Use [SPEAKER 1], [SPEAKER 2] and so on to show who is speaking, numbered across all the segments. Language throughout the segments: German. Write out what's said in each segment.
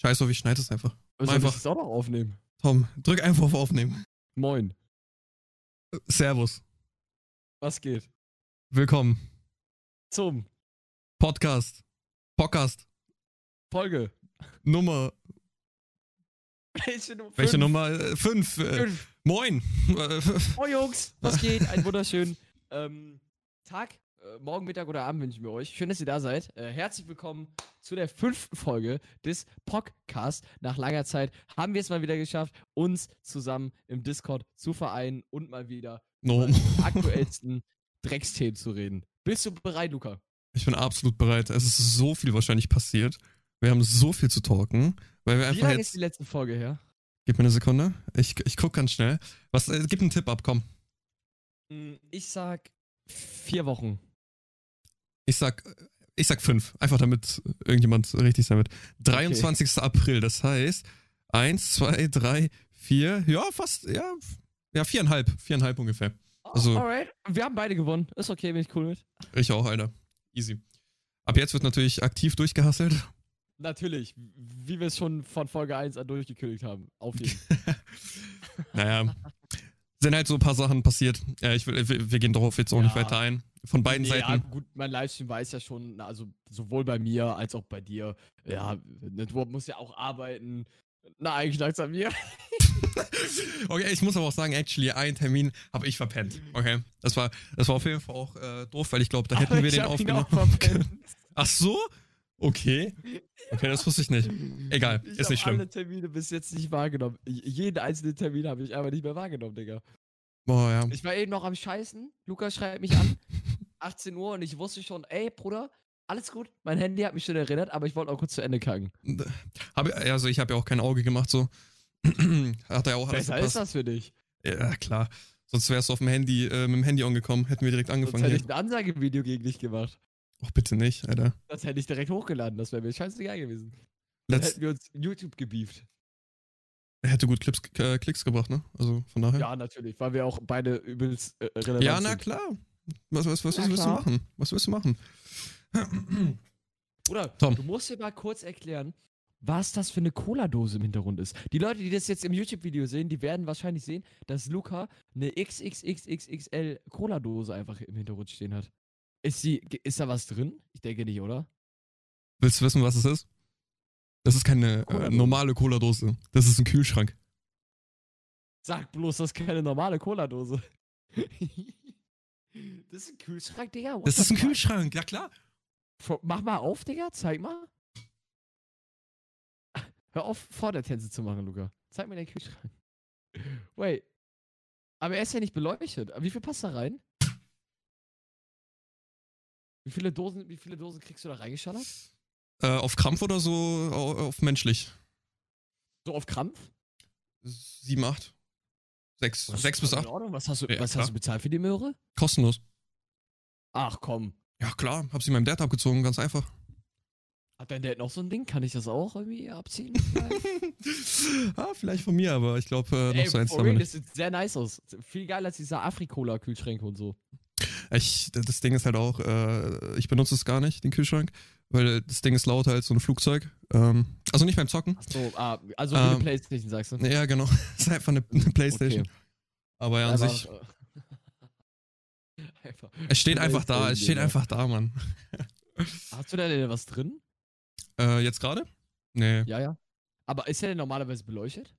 [SPEAKER 1] Scheiß auf, ich schneide es einfach.
[SPEAKER 2] Also
[SPEAKER 1] Einfach.
[SPEAKER 2] einfach. Ich das auch noch aufnehmen.
[SPEAKER 1] Tom, drück einfach auf Aufnehmen.
[SPEAKER 2] Moin.
[SPEAKER 1] Servus.
[SPEAKER 2] Was geht?
[SPEAKER 1] Willkommen.
[SPEAKER 2] Zum
[SPEAKER 1] Podcast. Podcast.
[SPEAKER 2] Folge.
[SPEAKER 1] Nummer.
[SPEAKER 2] Welche, Nu-
[SPEAKER 1] Welche
[SPEAKER 2] fünf,
[SPEAKER 1] Nummer? 5. Äh,
[SPEAKER 2] Fünf.
[SPEAKER 1] moin. Äh,
[SPEAKER 2] Moin Jungs. Was geht? Einen wunderschönen ähm, Tag, äh, morgen, Mittag oder Abend wünschen wir euch. Schön, dass ihr da seid. Äh, herzlich willkommen zu der fünften Folge des Podcasts. Nach langer Zeit haben wir es mal wieder geschafft, uns zusammen im Discord zu vereinen und mal wieder
[SPEAKER 1] no.
[SPEAKER 2] über die aktuellsten Drecksthemen zu reden. Bist du bereit, Luca?
[SPEAKER 1] Ich bin absolut bereit. Es ist so viel wahrscheinlich passiert. Wir haben so viel zu talken, weil wir
[SPEAKER 2] Wie
[SPEAKER 1] einfach
[SPEAKER 2] lange ist
[SPEAKER 1] jetzt.
[SPEAKER 2] die letzte Folge her?
[SPEAKER 1] Gib mir eine Sekunde. Ich, ich guck ganz schnell. Was, äh, gib einen Tipp ab, komm.
[SPEAKER 2] Mm, Ich sag vier Wochen.
[SPEAKER 1] Ich sag, ich sag 5. Einfach damit irgendjemand richtig sein wird. 23. April, das heißt 1, 2, 3, 4. Ja, fast, ja. Ja, viereinhalb. Viereinhalb ungefähr. Also-
[SPEAKER 2] Alright. Wir haben beide gewonnen. Ist okay, bin ich cool mit.
[SPEAKER 1] Ich auch, Alter. Easy. Ab jetzt wird natürlich aktiv durchgehasselt.
[SPEAKER 2] Natürlich, wie wir es schon von Folge 1 an durchgekündigt haben. Auf jeden Fall.
[SPEAKER 1] Naja. Sind halt so ein paar Sachen passiert. Äh, ich will, wir, wir gehen darauf jetzt auch nicht
[SPEAKER 2] Ja.
[SPEAKER 1] weiter ein. Von beiden
[SPEAKER 2] Nee, Ja,
[SPEAKER 1] Seiten.
[SPEAKER 2] gut, mein Livestream weiß ja schon, na, also sowohl bei mir als auch bei dir. Ja, Network muss ja auch arbeiten. Na, eigentlich lag's an mir.
[SPEAKER 1] Okay, ich muss aber auch sagen, actually, einen Termin habe ich verpennt. Okay. Das war, das war auf jeden Fall auch äh, doof, weil ich glaube, da hätten
[SPEAKER 2] Aber
[SPEAKER 1] wir
[SPEAKER 2] ich
[SPEAKER 1] den
[SPEAKER 2] hab ihn
[SPEAKER 1] aufgenommen.
[SPEAKER 2] auch verpennt.
[SPEAKER 1] Ach so? Okay. Okay, das wusste ich nicht. Egal,
[SPEAKER 2] Ich
[SPEAKER 1] ist
[SPEAKER 2] hab
[SPEAKER 1] nicht schlimm.
[SPEAKER 2] alle Termine bis jetzt nicht wahrgenommen. J- Jeden einzelnen Termin habe ich aber nicht mehr wahrgenommen, Digga.
[SPEAKER 1] Boah, ja.
[SPEAKER 2] Ich war eben noch am Scheißen. Lukas schreibt mich an. 18 Uhr und ich wusste schon, ey, Bruder, alles gut. Mein Handy hat mich schon erinnert, aber ich wollte auch kurz zu Ende kacken.
[SPEAKER 1] Hab, also ich habe ja auch kein Auge gemacht, so. Hat er ja auch alles
[SPEAKER 2] Besser ist
[SPEAKER 1] gepasst.
[SPEAKER 2] das für dich.
[SPEAKER 1] Ja, klar. Sonst wärst du auf dem Handy, äh, mit dem Handy angekommen, hätten wir direkt
[SPEAKER 2] Sonst
[SPEAKER 1] angefangen.
[SPEAKER 2] hätte
[SPEAKER 1] hier.
[SPEAKER 2] ich ein Ansagevideo gegen dich gemacht.
[SPEAKER 1] Och, bitte nicht, Alter.
[SPEAKER 2] Das hätte ich direkt hochgeladen, das wäre mir scheißegal gewesen. Dann
[SPEAKER 1] Letzt,
[SPEAKER 2] hätten wir uns YouTube gebieft.
[SPEAKER 1] hätte gut Clips, äh, Klicks gebracht, ne? Also von daher.
[SPEAKER 2] Ja, natürlich, weil wir auch beide übelst äh, relevant
[SPEAKER 1] Ja, na
[SPEAKER 2] sind.
[SPEAKER 1] klar. Was, was, was,
[SPEAKER 2] Na
[SPEAKER 1] was willst du
[SPEAKER 2] klar.
[SPEAKER 1] machen? Was willst du machen?
[SPEAKER 2] Bruder,
[SPEAKER 1] Tom.
[SPEAKER 2] du musst dir mal kurz erklären, was das für eine Cola-Dose im Hintergrund ist. Die Leute, die das jetzt im YouTube-Video sehen, die werden wahrscheinlich sehen, dass Luca eine XXXXXL Cola-Dose einfach im Hintergrund stehen hat. Ist, die, ist da was drin? Ich denke nicht, oder?
[SPEAKER 1] Willst du wissen, was es ist? Das ist keine äh,
[SPEAKER 2] Cola-Dose.
[SPEAKER 1] normale Cola-Dose. Das ist ein Kühlschrank.
[SPEAKER 2] Sag bloß, das ist keine normale Cola-Dose. das ist ein Kühlschrank, Digga. what
[SPEAKER 1] Das
[SPEAKER 2] the
[SPEAKER 1] ist ein
[SPEAKER 2] fuck?
[SPEAKER 1] Kühlschrank, ja klar.
[SPEAKER 2] Fro- Mach mal auf, Digga. Zeig mal. Hör auf, Vordertänze zu machen, Luca. Zeig mir den Kühlschrank. Wait. Aber er ist ja nicht beleuchtet. Aber Wie viel passt da rein? Wie viele Dosen, wie viele Dosen kriegst du da reingeschallert?
[SPEAKER 1] Äh, auf Krampf oder so, au- auf menschlich.
[SPEAKER 2] So auf Krampf?
[SPEAKER 1] 7, 8. 6,
[SPEAKER 2] Das ist
[SPEAKER 1] 6 bis
[SPEAKER 2] voll in
[SPEAKER 1] 8.
[SPEAKER 2] Ordnung. Was hast du,
[SPEAKER 1] Ja,
[SPEAKER 2] was
[SPEAKER 1] klar.
[SPEAKER 2] hast du bezahlt für die Möhre?
[SPEAKER 1] Kostenlos.
[SPEAKER 2] Ach komm.
[SPEAKER 1] Ja, klar. Hab sie meinem Dad abgezogen, ganz einfach.
[SPEAKER 2] Hat dein Dad noch so ein Ding? Kann ich das auch irgendwie abziehen?
[SPEAKER 1] ah, vielleicht von mir, aber ich glaube, äh, noch
[SPEAKER 2] Ey,
[SPEAKER 1] so eins
[SPEAKER 2] for real,
[SPEAKER 1] damit.
[SPEAKER 2] das sieht sehr nice aus. Viel geiler als dieser Afrikola-Kühlschränke und so.
[SPEAKER 1] Ich, das Ding ist halt auch, äh, ich benutze es gar nicht, den Kühlschrank, weil das Ding ist lauter als so ein Flugzeug. Ähm, also nicht beim Zocken.
[SPEAKER 2] Ach so, ah, also wie eine
[SPEAKER 1] Ähm,
[SPEAKER 2] Playstation, sagst du?
[SPEAKER 1] Ja, genau. Es ist einfach eine, eine Playstation.
[SPEAKER 2] Okay.
[SPEAKER 1] Aber ja, an
[SPEAKER 2] Einfach,
[SPEAKER 1] sich,
[SPEAKER 2] äh, Einfach.
[SPEAKER 1] es steht einfach da, es
[SPEAKER 2] Playstation,
[SPEAKER 1] steht
[SPEAKER 2] ja.
[SPEAKER 1] einfach da, Mann.
[SPEAKER 2] Hast du da denn was drin?
[SPEAKER 1] Äh, jetzt gerade? Nee,
[SPEAKER 2] Ja, ja. Aber ist der denn normalerweise beleuchtet?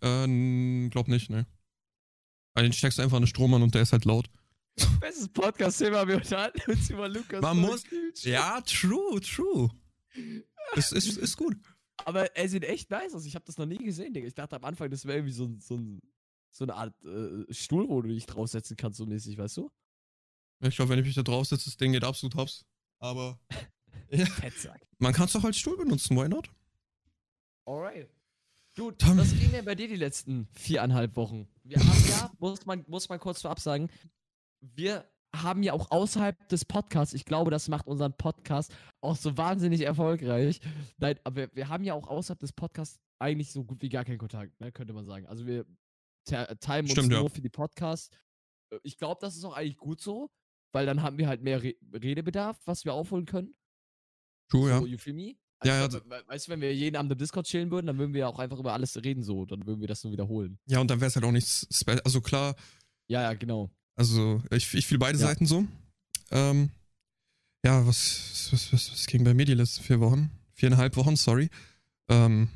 [SPEAKER 1] äh, glaub nicht, ne. Also den steckst du einfach an den Strom an und der ist halt laut.
[SPEAKER 2] Bestes Podcast-Thema, wir unterhalten uns über Lukas.
[SPEAKER 1] Man
[SPEAKER 2] und
[SPEAKER 1] muss-
[SPEAKER 2] Kühlschrank.
[SPEAKER 1] Ja, true, true. Es ist, ist gut.
[SPEAKER 2] Aber er sieht echt nice aus. Ich habe das noch nie gesehen, Digga. Ich dachte am Anfang, das wäre irgendwie so, ein- so, ein- so eine Art äh, Stuhl, wo du dich draufsetzen kannst, so mäßig, weißt du?
[SPEAKER 1] Ich glaube, wenn ich mich da drauf setze, das Ding geht absolut hops. Aber
[SPEAKER 2] Fettsack.
[SPEAKER 1] man kann es doch als Stuhl benutzen, why not?
[SPEAKER 2] Alright. Du,
[SPEAKER 1] Tom.
[SPEAKER 2] was ging denn bei dir die letzten viereinhalb Wochen? Wir haben ja, muss man, muss man kurz vorab sagen, wir haben ja auch außerhalb des Podcasts, ich glaube, das macht unseren Podcast auch so wahnsinnig erfolgreich. Nein, aber wir, wir haben ja auch außerhalb des Podcasts eigentlich so gut wie gar keinen Kontakt, ne, könnte man sagen. Also wir te- timen uns
[SPEAKER 1] Stimmt, ja.
[SPEAKER 2] nur für die Podcasts. Äh, Ich glaube, das ist auch eigentlich gut so, weil dann haben wir halt mehr Re Redebedarf, was wir aufholen können.
[SPEAKER 1] True, ja.
[SPEAKER 2] So, you feel me?
[SPEAKER 1] Ja, ja,
[SPEAKER 2] Also, we- we- Weißt du, wenn wir jeden Abend im Discord chillen würden, dann würden wir ja auch einfach über alles reden so. Dann würden wir das nur wiederholen.
[SPEAKER 1] Ja, und dann wäre es halt auch nichts. spe- Also klar,
[SPEAKER 2] Ja, ja, genau.
[SPEAKER 1] also ich, ich fühle beide
[SPEAKER 2] Ja.
[SPEAKER 1] Seiten so. Ähm, ja, was, was, was, was ging bei mir die letzten vier Wochen? Viereinhalb Wochen, sorry. Ähm,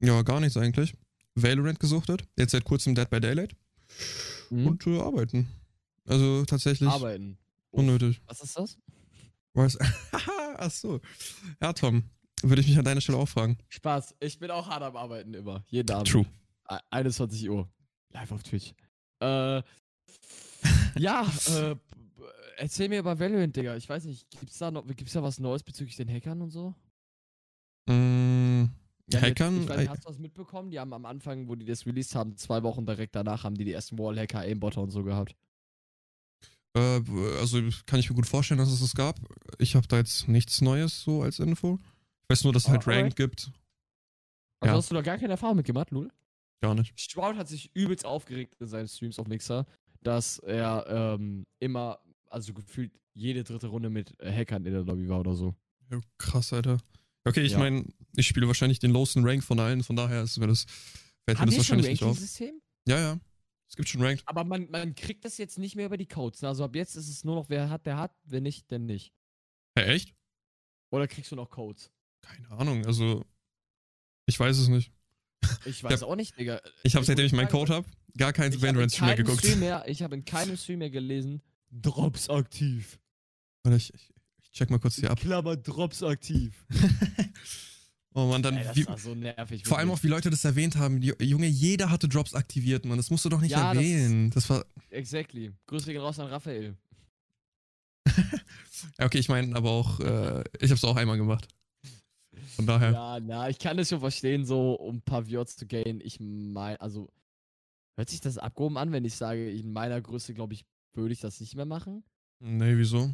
[SPEAKER 1] ja, gar nichts eigentlich. Valorant gesuchtet, jetzt seit kurzem Dead by Daylight
[SPEAKER 2] Mhm.
[SPEAKER 1] und äh, arbeiten. Also tatsächlich
[SPEAKER 2] Arbeiten.
[SPEAKER 1] unnötig.
[SPEAKER 2] Was ist das?
[SPEAKER 1] Weiß. Ach so. Ja, Tom, würde ich mich an deiner Stelle auch fragen.
[SPEAKER 2] Spaß. Ich bin auch hart am Arbeiten immer. Jeden Abend.
[SPEAKER 1] True.
[SPEAKER 2] E- 21 Uhr. Live auf Twitch. Äh, ja, äh, b- b- erzähl mir über Valorant, Digga. Ich weiß nicht, gibt's da noch, gibt's da was Neues bezüglich den Hackern und so?
[SPEAKER 1] Mm,
[SPEAKER 2] Die haben jetzt-
[SPEAKER 1] Hackern?
[SPEAKER 2] Ich weiß nicht,
[SPEAKER 1] Äh,
[SPEAKER 2] hast du das mitbekommen? Die haben am Anfang, wo die das released haben, zwei Wochen direkt danach, haben die die ersten Wallhacker, Aimbotter und so gehabt.
[SPEAKER 1] Äh, also kann ich mir gut vorstellen, dass es das gab. Ich habe da jetzt nichts Neues so als Info. Ich weiß nur, dass es halt
[SPEAKER 2] Ah, alright.
[SPEAKER 1] Ranked gibt.
[SPEAKER 2] Also
[SPEAKER 1] Ja.
[SPEAKER 2] hast du da gar keine Erfahrung mitgemacht, Lul?
[SPEAKER 1] Gar nicht.
[SPEAKER 2] Stroud hat sich übelst aufgeregt in seinen Streams auf Mixer, dass er ähm, immer, also gefühlt jede dritte Runde mit äh, Hackern in der Lobby war oder so.
[SPEAKER 1] Ja, krass, Alter. Okay, ich
[SPEAKER 2] Ja.
[SPEAKER 1] meine, ich spiele wahrscheinlich den lowsten Rank von allen, von daher ist mir das, fällt mir
[SPEAKER 2] Haben
[SPEAKER 1] das
[SPEAKER 2] die schon
[SPEAKER 1] wahrscheinlich nicht auf.
[SPEAKER 2] Ranking-System?
[SPEAKER 1] Ja, ja. Es gibt schon Ranked.
[SPEAKER 2] Aber man, man kriegt das jetzt nicht mehr über die Codes. ne? Also ab jetzt ist es nur noch, wer hat, der hat, wer nicht, der nicht.
[SPEAKER 1] Hä, echt?
[SPEAKER 2] Oder kriegst du noch Codes?
[SPEAKER 1] Keine Ahnung, also ich weiß es nicht.
[SPEAKER 2] Ich weiß auch nicht, Digga.
[SPEAKER 1] Ich habe,
[SPEAKER 2] Ich
[SPEAKER 1] seitdem
[SPEAKER 2] muss
[SPEAKER 1] ich meinen
[SPEAKER 2] sagen,
[SPEAKER 1] Code habe, gar keinen
[SPEAKER 2] Ich hab in
[SPEAKER 1] Valorant-Stream mehr
[SPEAKER 2] keinem
[SPEAKER 1] geguckt.
[SPEAKER 2] Stream mehr- Ich habe in keinem Stream mehr gelesen, Drops aktiv.
[SPEAKER 1] Warte, ich, ich, ich check mal kurz hier ab.
[SPEAKER 2] Klammer Drops aktiv.
[SPEAKER 1] Oh Mann, dann
[SPEAKER 2] Ey, das
[SPEAKER 1] wie,
[SPEAKER 2] war so nervig.
[SPEAKER 1] vor allem
[SPEAKER 2] wirklich.
[SPEAKER 1] auch wie Leute das erwähnt haben. Ju- Junge, jeder hatte Drops aktiviert, Mann. Das musst du doch nicht
[SPEAKER 2] Ja, das-
[SPEAKER 1] erwähnen. Das war
[SPEAKER 2] Exactly. Grüße gehen raus an Raphael.
[SPEAKER 1] Ja, okay, ich meine, aber auch, äh, ich habe es auch einmal gemacht. Von daher.
[SPEAKER 2] Ja, na, ich kann das schon verstehen, so um ein paar Views zu gain. Ich meine, also hört sich das abgehoben an, wenn ich sage, in meiner Größe, glaube ich, würde ich das nicht mehr machen.
[SPEAKER 1] Nee, wieso?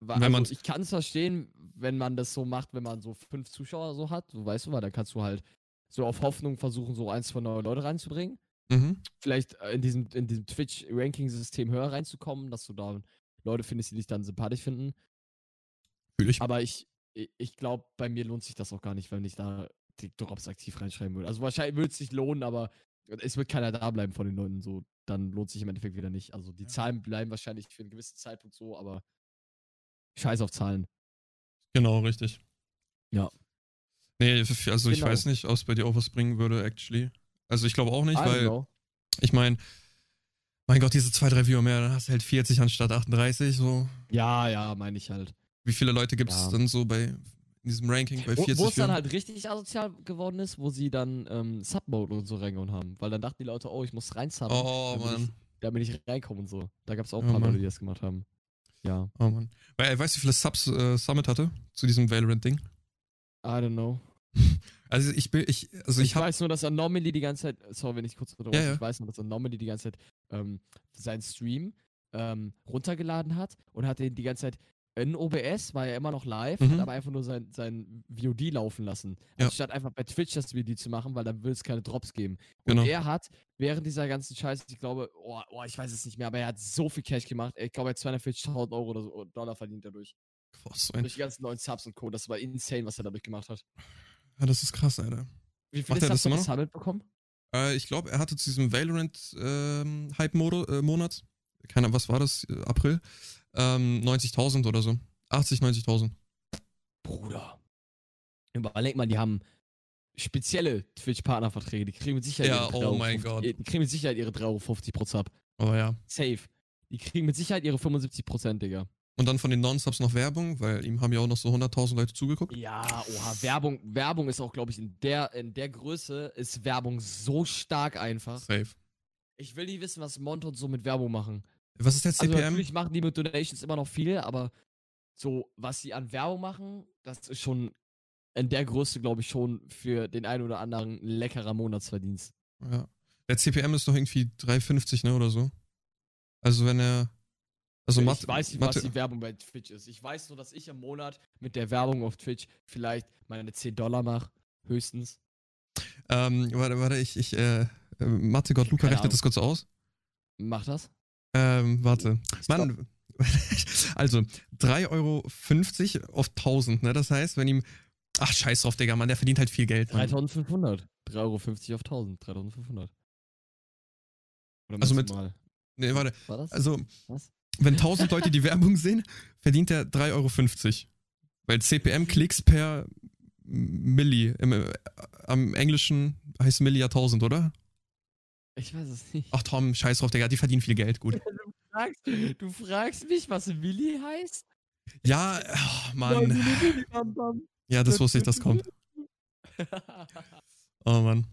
[SPEAKER 2] Weil,
[SPEAKER 1] Wenn man's-
[SPEAKER 2] also, ich kann es verstehen, wenn man das so macht, wenn man so fünf Zuschauer so hat, so weißt du, weil dann kannst du halt so auf Hoffnung versuchen, so eins von neue Leute reinzubringen.
[SPEAKER 1] Mhm.
[SPEAKER 2] vielleicht äh, in diesem, in diesem Twitch-Ranking-System höher reinzukommen, dass du da Leute findest, die dich dann sympathisch finden.
[SPEAKER 1] Fühl ich.
[SPEAKER 2] Aber ich, i- ich glaube, bei mir lohnt sich das auch gar nicht, wenn ich da die Drops aktiv reinschreiben würde. Also wahrscheinlich würde es sich lohnen, aber es wird keiner da bleiben von den Leuten so. Dann lohnt sich im Endeffekt wieder nicht. Also die
[SPEAKER 1] Ja.
[SPEAKER 2] Zahlen bleiben wahrscheinlich für einen gewissen Zeitpunkt so, aber scheiß auf Zahlen.
[SPEAKER 1] Genau, richtig.
[SPEAKER 2] Ja.
[SPEAKER 1] Nee, f- also ich
[SPEAKER 2] Genau.
[SPEAKER 1] weiß nicht, ob es bei dir auch was bringen würde, actually. Also ich glaube auch nicht,
[SPEAKER 2] I don't
[SPEAKER 1] weil
[SPEAKER 2] know.
[SPEAKER 1] ich meine, mein Gott, diese zwei, drei Viewer mehr, dann hast du halt 40 anstatt 38. So.
[SPEAKER 2] Ja, ja, meine ich halt.
[SPEAKER 1] Wie viele Leute gibt es
[SPEAKER 2] Ja.
[SPEAKER 1] dann so bei in diesem Ranking bei
[SPEAKER 2] Wo-
[SPEAKER 1] 40
[SPEAKER 2] Wo es dann
[SPEAKER 1] Viewern?
[SPEAKER 2] halt richtig asozial geworden ist, wo sie dann ähm, Submode und so reingehauen haben. Weil dann dachten die Leute, oh, ich muss rein subben.
[SPEAKER 1] Oh
[SPEAKER 2] damit also ich-
[SPEAKER 1] Mann,
[SPEAKER 2] damit ich reinkomme und so. Da gab es auch
[SPEAKER 1] Ja,
[SPEAKER 2] ein paar
[SPEAKER 1] Mann.
[SPEAKER 2] Leute, die das gemacht haben. Ja.
[SPEAKER 1] oh Mann. Weil, äh, weißt du, wie viele Subs äh, Summit hatte zu diesem Valorant-Ding?
[SPEAKER 2] I don't know.
[SPEAKER 1] Also ich bin, ich, also
[SPEAKER 2] Ich,
[SPEAKER 1] ich, habe,
[SPEAKER 2] weiß nur, dass Anomaly die ganze Zeit, sorry, wenn ich kurz unterbreche,
[SPEAKER 1] Ja, ja.
[SPEAKER 2] ich weiß nur, dass Anomaly die ganze Zeit ähm, seinen Stream ähm, runtergeladen hat und hat den die ganze Zeit in OBS, war ja immer noch live,
[SPEAKER 1] Mhm.
[SPEAKER 2] hat aber einfach nur sein, sein VOD laufen lassen.
[SPEAKER 1] Ja.
[SPEAKER 2] Anstatt einfach bei Twitch das VOD zu machen, weil dann will es keine Drops geben.
[SPEAKER 1] genau.
[SPEAKER 2] Und er hat während dieser ganzen Scheiße, ich glaube, oh, oh, ich weiß es nicht mehr, aber er hat so viel Cash gemacht. Ich glaube, er hat 240.000 Euro oder so, Dollar verdient dadurch.
[SPEAKER 1] Boah, so ein,
[SPEAKER 2] Durch die ganzen neuen Subs und Co. Das war insane, was er damit gemacht hat.
[SPEAKER 1] ja, das ist krass, Alter.
[SPEAKER 2] Wie
[SPEAKER 1] Macht
[SPEAKER 2] viele
[SPEAKER 1] er das
[SPEAKER 2] Subs hat
[SPEAKER 1] immer
[SPEAKER 2] das Summit bekommen?
[SPEAKER 1] Äh, ich glaube, er hatte zu diesem Valorant-Hype-Monat, äh, Monat, keine Ahnung, was war das, äh, April, ähm, 90.000 oder so. 80, 90.000.
[SPEAKER 2] Bruder. Überleg mal, die haben spezielle Twitch-Partnerverträge. Die kriegen mit Sicherheit
[SPEAKER 1] Ja,
[SPEAKER 2] ihre
[SPEAKER 1] oh mein
[SPEAKER 2] 3,50
[SPEAKER 1] Gott.
[SPEAKER 2] äh, Die kriegen mit Sicherheit ihre 3,50 Euro pro Sub.
[SPEAKER 1] Aber ja.
[SPEAKER 2] Safe. Die kriegen mit Sicherheit ihre 75%, Digga.
[SPEAKER 1] Und dann von den Non-Subs noch Werbung, weil ihm haben ja auch noch so 100.000 Leute zugeguckt.
[SPEAKER 2] Ja, oha, Werbung, Werbung ist auch, glaube ich, in der, in der Größe ist Werbung so stark einfach.
[SPEAKER 1] Safe.
[SPEAKER 2] Ich will nicht wissen, was Mont und so mit Werbung machen.
[SPEAKER 1] Was ist der
[SPEAKER 2] Also
[SPEAKER 1] CPM?
[SPEAKER 2] natürlich machen die mit Donations immer noch viel, aber so, was sie an Werbung machen, das ist schon in der Größe, glaube ich, schon für den einen oder anderen ein leckerer Monatsverdienst.
[SPEAKER 1] ja. Der CPM ist doch irgendwie 3,50, ne, oder so. Also wenn er, also Mathe,
[SPEAKER 2] ich weiß nicht, was
[SPEAKER 1] Mathe,
[SPEAKER 2] die Werbung bei Twitch ist. Ich weiß nur, dass ich im Monat mit der Werbung auf Twitch vielleicht meine 10 Dollar mache, höchstens.
[SPEAKER 1] ähm, warte, warte, ich, ich, äh, äh, Mathe-Gott Luca
[SPEAKER 2] Keine
[SPEAKER 1] rechnet
[SPEAKER 2] Ahnung.
[SPEAKER 1] das kurz aus.
[SPEAKER 2] Mach das?
[SPEAKER 1] Ähm, warte.
[SPEAKER 2] glaub-
[SPEAKER 1] Mann, also 3,50 Euro auf 1000, ne? Das heißt, wenn ihm Ach, scheiß drauf, Digga, Mann, der verdient halt viel Geld. Mann.
[SPEAKER 2] 3500. 3,50 Euro auf 1000. 3500. Oder
[SPEAKER 1] Also
[SPEAKER 2] meinst du
[SPEAKER 1] mit-
[SPEAKER 2] Mal?
[SPEAKER 1] Nee, warte.
[SPEAKER 2] War das?
[SPEAKER 1] Also,
[SPEAKER 2] Was?
[SPEAKER 1] wenn 1000 Leute die Werbung sehen, verdient er 3,50 Euro. Weil CPM Klicks per Milli. Im, äh, am Englischen heißt Milli ja 1000, oder?
[SPEAKER 2] ich weiß es nicht.
[SPEAKER 1] Ach Tom, scheiß drauf, Digga, die verdienen viel Geld, gut.
[SPEAKER 2] Du fragst, du fragst mich, was Willi heißt?
[SPEAKER 1] Ja, ach, Mann.
[SPEAKER 2] Mann.
[SPEAKER 1] Ja, das wusste ich, das kommt. Oh Mann.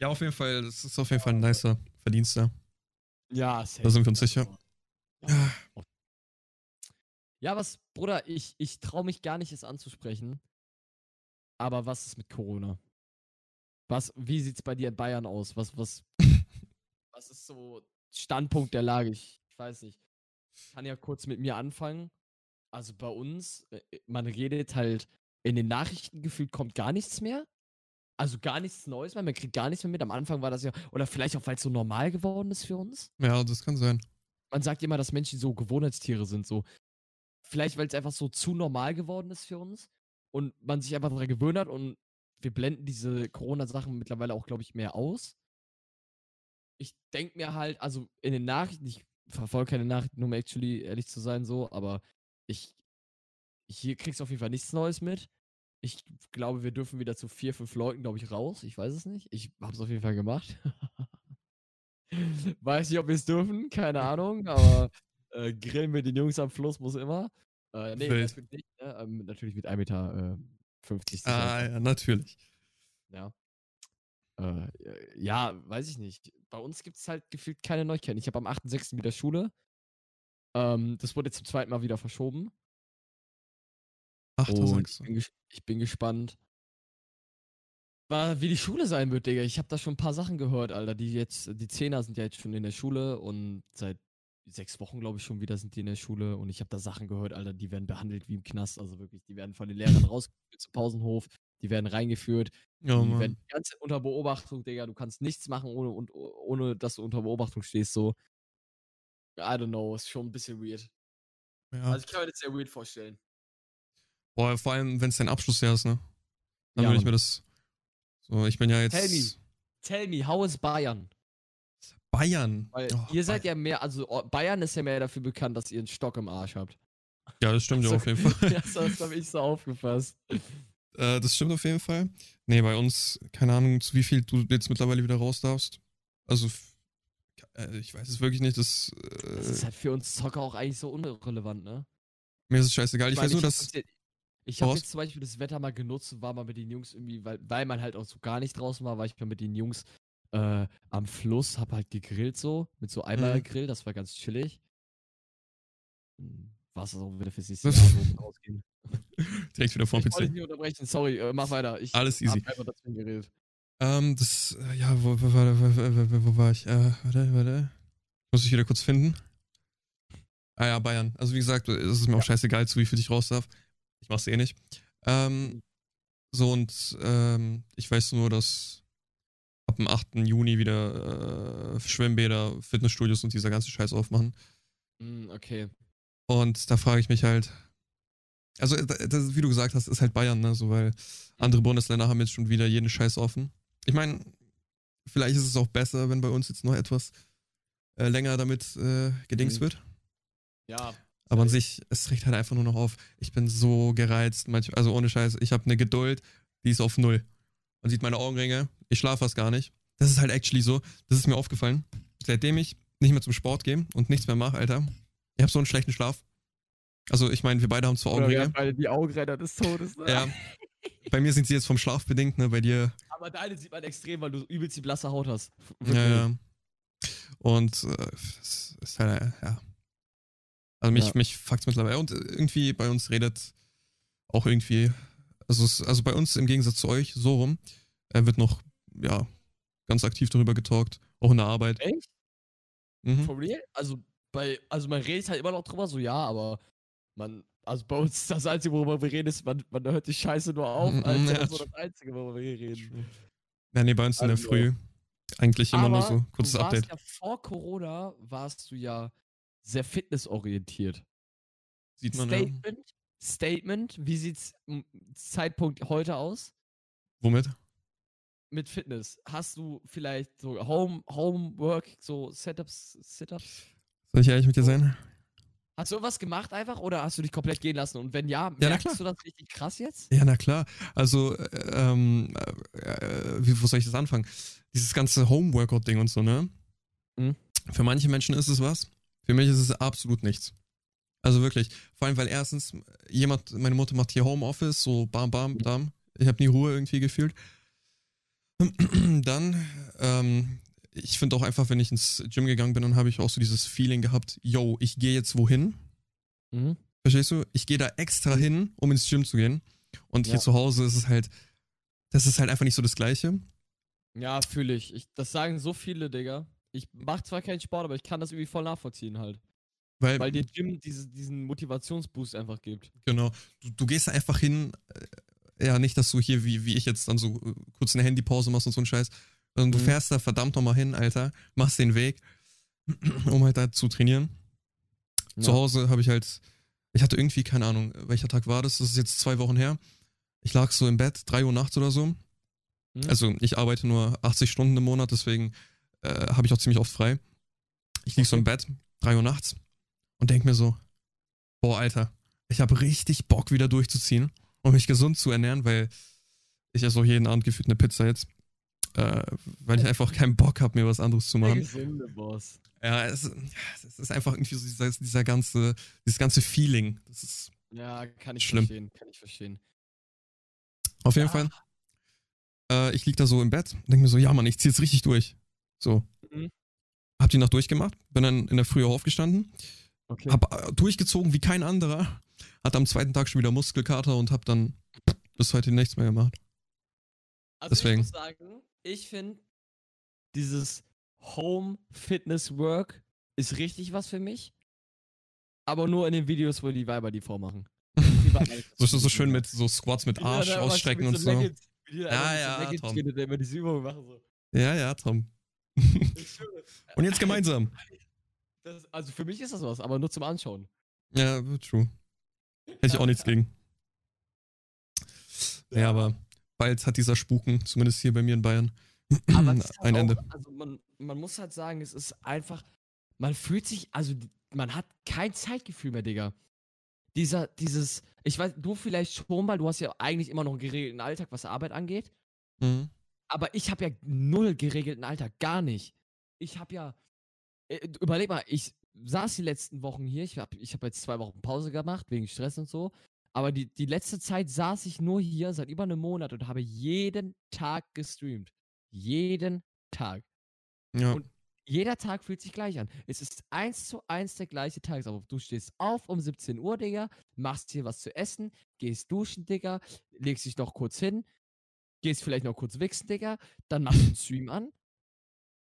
[SPEAKER 1] Ja, auf jeden Fall, das ist auf jeden Fall ein nicer Verdienst, ja.
[SPEAKER 2] ja, safe.
[SPEAKER 1] Da sind wir uns sicher.
[SPEAKER 2] Ja, was, Bruder, ich, ich traue mich gar nicht, es anzusprechen. Aber was ist mit Corona? Was, wie sieht's bei dir in Bayern aus? Was, was, was ist so Standpunkt der Lage? Ich, ich weiß nicht. Ich kann ja kurz mit mir anfangen. Also bei uns, äh, man redet halt in den Nachrichten gefühlt kommt gar nichts mehr. Also gar nichts Neues mehr, man kriegt gar nichts mehr mit. Am Anfang war das ja, oder vielleicht auch, weil es so normal geworden ist für uns
[SPEAKER 1] Ja, das kann sein.
[SPEAKER 2] man sagt immer, dass Menschen so Gewohnheitstiere sind, so. Vielleicht, weil es einfach so zu normal geworden ist für uns und man sich einfach daran gewöhnt hat und wir blenden diese Corona-Sachen mittlerweile auch, glaube ich, mehr aus. Ich denke mir halt, also in den Nachrichten, ich verfolge keine Nachrichten, um actually ehrlich zu sein, so, aber ich, hier kriegst du auf jeden Fall nichts Neues mit. Ich glaube, wir dürfen wieder zu vier, fünf Leuten, glaube ich, raus. Ich weiß es nicht. Ich habe es auf jeden Fall gemacht. Weiß nicht, ob wir es dürfen, keine Ahnung, aber äh, grillen mit den Jungs am Fluss muss immer. Äh, nee,
[SPEAKER 1] Wild.
[SPEAKER 2] das mit nicht, ne? ähm, natürlich mit 1,50 Meter. Äh, 50
[SPEAKER 1] Ah, ja, natürlich.
[SPEAKER 2] ja. Äh, ja, weiß ich nicht. Bei uns gibt es halt gefühlt keine Neuigkeiten. Ich habe am 8.6. wieder Schule. Ähm, das wurde jetzt zum zweiten Mal wieder verschoben.
[SPEAKER 1] Ach, du
[SPEAKER 2] Und ich
[SPEAKER 1] sagst.
[SPEAKER 2] bin, ges- ich bin gespannt, wa- wie die Schule sein wird, Digga. Ich habe da schon ein paar Sachen gehört, Alter. Die jetzt, die Zehner sind ja jetzt schon in der Schule und seit sechs Wochen, glaube ich, schon wieder sind die in der Schule. Und ich habe da Sachen gehört, Alter, die werden behandelt wie im Knast. Also wirklich, die werden von den Lehrern rausgeführt zum Pausenhof, die werden reingeführt.
[SPEAKER 1] Ja,
[SPEAKER 2] die
[SPEAKER 1] Mann.
[SPEAKER 2] werden die ganze Zeit unter Beobachtung, Digga. Du kannst nichts machen, ohne, und, ohne dass du unter Beobachtung stehst. So, I don't know, ist schon ein bisschen weird.
[SPEAKER 1] Ja.
[SPEAKER 2] Also, ich kann mir das sehr weird vorstellen.
[SPEAKER 1] Boah, vor allem, wenn es dein Abschlussjahr ist, ne? Dann
[SPEAKER 2] Ja,
[SPEAKER 1] würde ich
[SPEAKER 2] Mann.
[SPEAKER 1] mir das. So, ich bin ja jetzt.
[SPEAKER 2] Tell me. Tell me, how is Bayern?
[SPEAKER 1] Bayern.
[SPEAKER 2] Weil
[SPEAKER 1] Oh,
[SPEAKER 2] ihr seid
[SPEAKER 1] Bayern.
[SPEAKER 2] ja mehr, also oh, Bayern ist ja mehr dafür bekannt, dass ihr einen Stock im Arsch habt.
[SPEAKER 1] ja. das stimmt ja
[SPEAKER 2] So-
[SPEAKER 1] auf jeden Fall.
[SPEAKER 2] Ja, so, das habe ich so aufgefasst.
[SPEAKER 1] Äh, das stimmt auf jeden Fall. Nee, bei uns, keine Ahnung, zu wie viel du jetzt mittlerweile wieder raus darfst. Also, f- äh, ich weiß es wirklich nicht. Das, äh,
[SPEAKER 2] Das ist halt für uns Zocker auch eigentlich so irrelevant, ne?
[SPEAKER 1] mir ist es scheißegal. Ich,
[SPEAKER 2] meine,
[SPEAKER 1] weiß nur,
[SPEAKER 2] hab
[SPEAKER 1] dass.
[SPEAKER 2] jetzt ja- Ich habe
[SPEAKER 1] Voraus-
[SPEAKER 2] jetzt zum Beispiel das Wetter mal genutzt und war mal mit den Jungs irgendwie, weil, weil man halt auch so gar nicht draußen war, war ich mal mit den Jungs äh, am Fluss, hab halt gegrillt so, mit so
[SPEAKER 1] Mhm.
[SPEAKER 2] Eimergrill, das war ganz chillig. War es auch wieder fürs nächste Jahr so mit ausgehen.
[SPEAKER 1] Direkt wieder vor
[SPEAKER 2] Ich
[SPEAKER 1] dem
[SPEAKER 2] wollte dich
[SPEAKER 1] PC.
[SPEAKER 2] nicht unterbrechen, sorry, äh, mach weiter. Ich
[SPEAKER 1] Alles easy.
[SPEAKER 2] hab einfach dazwischen geredet.
[SPEAKER 1] Ähm, das, äh, ja, wo, wo, war- wo, wo, wo, wo war ich? Äh, warte, warte. Muss ich wieder kurz finden. Ah ja, Bayern. Also wie gesagt, es ist mir auch scheißegal, zu wie viel ich raus darf. Ich mach's eh nicht. Ähm, so und ähm, ich weiß nur, dass ab dem 8. Juni wieder äh, Schwimmbäder, Fitnessstudios und dieser ganze Scheiß aufmachen.
[SPEAKER 2] Mm, okay.
[SPEAKER 1] Und da frage ich mich halt, also äh, das, wie du gesagt hast, ist halt Bayern, ne? So, weil andere Bundesländer haben jetzt schon wieder jeden Scheiß offen. Ich meine, vielleicht ist es auch besser, wenn bei uns jetzt noch etwas äh, länger damit äh, gedings
[SPEAKER 2] Mhm.
[SPEAKER 1] wird.
[SPEAKER 2] Ja,
[SPEAKER 1] Aber an sich, es regt halt einfach nur noch auf. Ich bin so gereizt, manchmal, also ohne Scheiß, ich habe eine Geduld, die ist auf null. Man sieht meine Augenringe, ich schlafe fast gar nicht. Das ist halt actually so, das ist mir aufgefallen. Seitdem ich nicht mehr zum Sport gehe und nichts mehr mache, Alter, ich habe so einen schlechten Schlaf. Also ich meine, wir beide haben zwar
[SPEAKER 2] Oder wir
[SPEAKER 1] Augenringe.
[SPEAKER 2] haben beide die Augenräder des Todes. Ne?
[SPEAKER 1] Ja. Bei mir sind sie jetzt vom Schlaf bedingt, ne? Bei dir
[SPEAKER 2] Aber deine sieht man extrem, weil du übelst die blasse Haut hast.
[SPEAKER 1] Ja, ja. Und äh, es ist halt, äh, ja. Also mich,
[SPEAKER 2] Ja.
[SPEAKER 1] mich fuckt's mittlerweile. Und äh, irgendwie bei uns redet auch irgendwie, also, es, also bei uns im Gegensatz zu euch, so rum, äh, wird noch, ja, ganz aktiv darüber getalkt, auch in der Arbeit.
[SPEAKER 2] Echt?
[SPEAKER 1] Mhm.
[SPEAKER 2] For real? Also, bei, also man redet halt immer noch drüber, so ja, aber man, also bei uns ist das Einzige, worüber wir reden, ist, man, man hört die Scheiße nur auf,
[SPEAKER 1] Mhm,
[SPEAKER 2] als
[SPEAKER 1] ja.
[SPEAKER 2] das ist so das Einzige, worüber wir hier reden.
[SPEAKER 1] Ja, nee, bei uns in der
[SPEAKER 2] Also-
[SPEAKER 1] Früh eigentlich immer nur
[SPEAKER 2] Aber
[SPEAKER 1] so, kurzes
[SPEAKER 2] du warst
[SPEAKER 1] Update.
[SPEAKER 2] Ja, vor Corona warst du ja sehr fitnessorientiert.
[SPEAKER 1] Sieht man ja.
[SPEAKER 2] Statement, Statement, wie sieht's m, Zeitpunkt heute aus?
[SPEAKER 1] Womit?
[SPEAKER 2] Mit Fitness. Hast du vielleicht so Home, Homework, so Setups, Setups?
[SPEAKER 1] Soll ich ehrlich mit dir sein?
[SPEAKER 2] Hast du irgendwas gemacht einfach oder hast du dich komplett gehen lassen? Und wenn ja,
[SPEAKER 1] na
[SPEAKER 2] merkst
[SPEAKER 1] klar.
[SPEAKER 2] du das richtig krass jetzt?
[SPEAKER 1] Ja, na klar. Also, äh, ähm, äh, äh, wie, wo soll ich das anfangen? Dieses ganze Home-Workout-Ding und so, ne?
[SPEAKER 2] Mhm.
[SPEAKER 1] Für manche Menschen ist es was, für mich ist es absolut nichts. Also wirklich. Vor allem, weil erstens, jemand, meine Mutter macht hier Homeoffice, so bam, bam, bam. Ich habe nie Ruhe irgendwie gefühlt. Dann, ähm, ich finde auch einfach, wenn ich ins Gym gegangen bin, dann habe ich auch so dieses Feeling gehabt, yo, ich gehe jetzt wohin.
[SPEAKER 2] Mhm.
[SPEAKER 1] Verstehst du? Ich gehe da extra hin, um ins Gym zu gehen. Und hier
[SPEAKER 2] Ja.
[SPEAKER 1] zu Hause ist es halt, das ist halt einfach nicht so das Gleiche.
[SPEAKER 2] Ja, fühle ich. ich. Das sagen so viele, Digga. Ich mach zwar keinen Sport, aber ich kann das irgendwie voll nachvollziehen halt.
[SPEAKER 1] Weil,
[SPEAKER 2] Weil dir Gym diese, diesen Motivationsboost einfach gibt.
[SPEAKER 1] genau, du, du gehst da einfach hin, äh, ja, nicht, dass du hier, wie, wie ich jetzt, dann so äh, kurz eine Handypause machst und so einen Scheiß. Sondern du
[SPEAKER 2] Mhm.
[SPEAKER 1] fährst da verdammt nochmal hin, Alter, machst den Weg, um halt da zu trainieren. Zu
[SPEAKER 2] Ja.
[SPEAKER 1] Hause habe ich halt, ich hatte irgendwie, keine Ahnung, welcher Tag war das, das ist jetzt zwei Wochen her. Ich lag so im Bett, 3 Uhr nachts oder so.
[SPEAKER 2] Mhm.
[SPEAKER 1] Also ich arbeite nur 80 Stunden im Monat, deswegen äh, habe ich auch ziemlich oft frei. Ich lieg so im Bett, 3 Uhr nachts und denk mir so, boah, Alter, ich habe richtig Bock wieder durchzuziehen und mich gesund zu ernähren, weil ich esse auch jeden Abend gefühlt eine Pizza jetzt. Äh, weil ich einfach keinen Bock habe, mir was anderes zu
[SPEAKER 2] Der
[SPEAKER 1] machen.
[SPEAKER 2] gesunde Boss.
[SPEAKER 1] Ja, es, es ist einfach irgendwie so dieser, dieser ganze, dieses ganze Feeling. Das ist
[SPEAKER 2] Ja, kann ich
[SPEAKER 1] Schlimm.
[SPEAKER 2] verstehen, kann ich verstehen.
[SPEAKER 1] auf jeden
[SPEAKER 2] Ja.
[SPEAKER 1] Fall. Äh, ich lieg da so im Bett und denke mir so, ja Mann, ich zieh jetzt richtig durch. So.
[SPEAKER 2] Mhm.
[SPEAKER 1] Hab die Nacht durchgemacht, bin dann in der Früh aufgestanden,
[SPEAKER 2] Okay.
[SPEAKER 1] hab äh, durchgezogen wie kein anderer, hatte am zweiten Tag schon wieder Muskelkater und hab dann bis heute nichts mehr gemacht.
[SPEAKER 2] also
[SPEAKER 1] deswegen.
[SPEAKER 2] ich muss sagen, ich finde dieses Home Fitness Work ist richtig was für mich. Aber nur in den Videos, wo die Weiber die vormachen. Die Weiber-
[SPEAKER 1] So ist das so schön mit so Squats mit
[SPEAKER 2] Wie die dann
[SPEAKER 1] Arsch
[SPEAKER 2] einfach
[SPEAKER 1] ausstrecken
[SPEAKER 2] mit
[SPEAKER 1] und so.
[SPEAKER 2] Leggings- wie die dann einfach mit
[SPEAKER 1] ja,
[SPEAKER 2] Leggings
[SPEAKER 1] Tom.
[SPEAKER 2] gehen und immer diese Übungen machen so.
[SPEAKER 1] Ja, ja, Tom.
[SPEAKER 2] Ich schwöre.
[SPEAKER 1] Und jetzt gemeinsam.
[SPEAKER 2] Das, also für mich ist das was, aber nur zum Anschauen.
[SPEAKER 1] Ja, true. Hätte ich auch nichts gegen. Ja,
[SPEAKER 2] Ja.
[SPEAKER 1] aber bald hat dieser Spuken, zumindest hier bei mir in Bayern,
[SPEAKER 2] Aber es ist halt
[SPEAKER 1] ein
[SPEAKER 2] auch,
[SPEAKER 1] Ende.
[SPEAKER 2] Also man, man muss halt sagen, es ist einfach, man fühlt sich, also die- man hat kein Zeitgefühl mehr, Digga. Dieser, dieses, ich weiß, du vielleicht schon, weil du hast ja eigentlich immer noch einen geregelten Alltag, was Arbeit angeht.
[SPEAKER 1] Mhm.
[SPEAKER 2] Aber ich habe ja null geregelten Alltag, gar nicht. Ich habe ja, äh, überleg mal, ich saß die letzten Wochen hier, ich habe ich hab jetzt zwei Wochen Pause gemacht, wegen Stress und so. Aber die, die letzte Zeit saß ich nur hier seit über einem Monat und habe jeden Tag gestreamt. Jeden Tag.
[SPEAKER 1] Ja.
[SPEAKER 2] Und- Jeder Tag fühlt sich gleich an. Es ist eins zu eins der gleiche Tagesablauf. Du stehst auf um 17 Uhr, Digga, machst dir was zu essen, gehst duschen, Digga, legst dich noch kurz hin, gehst vielleicht noch kurz wichsen, Digga, dann machst du einen Stream an,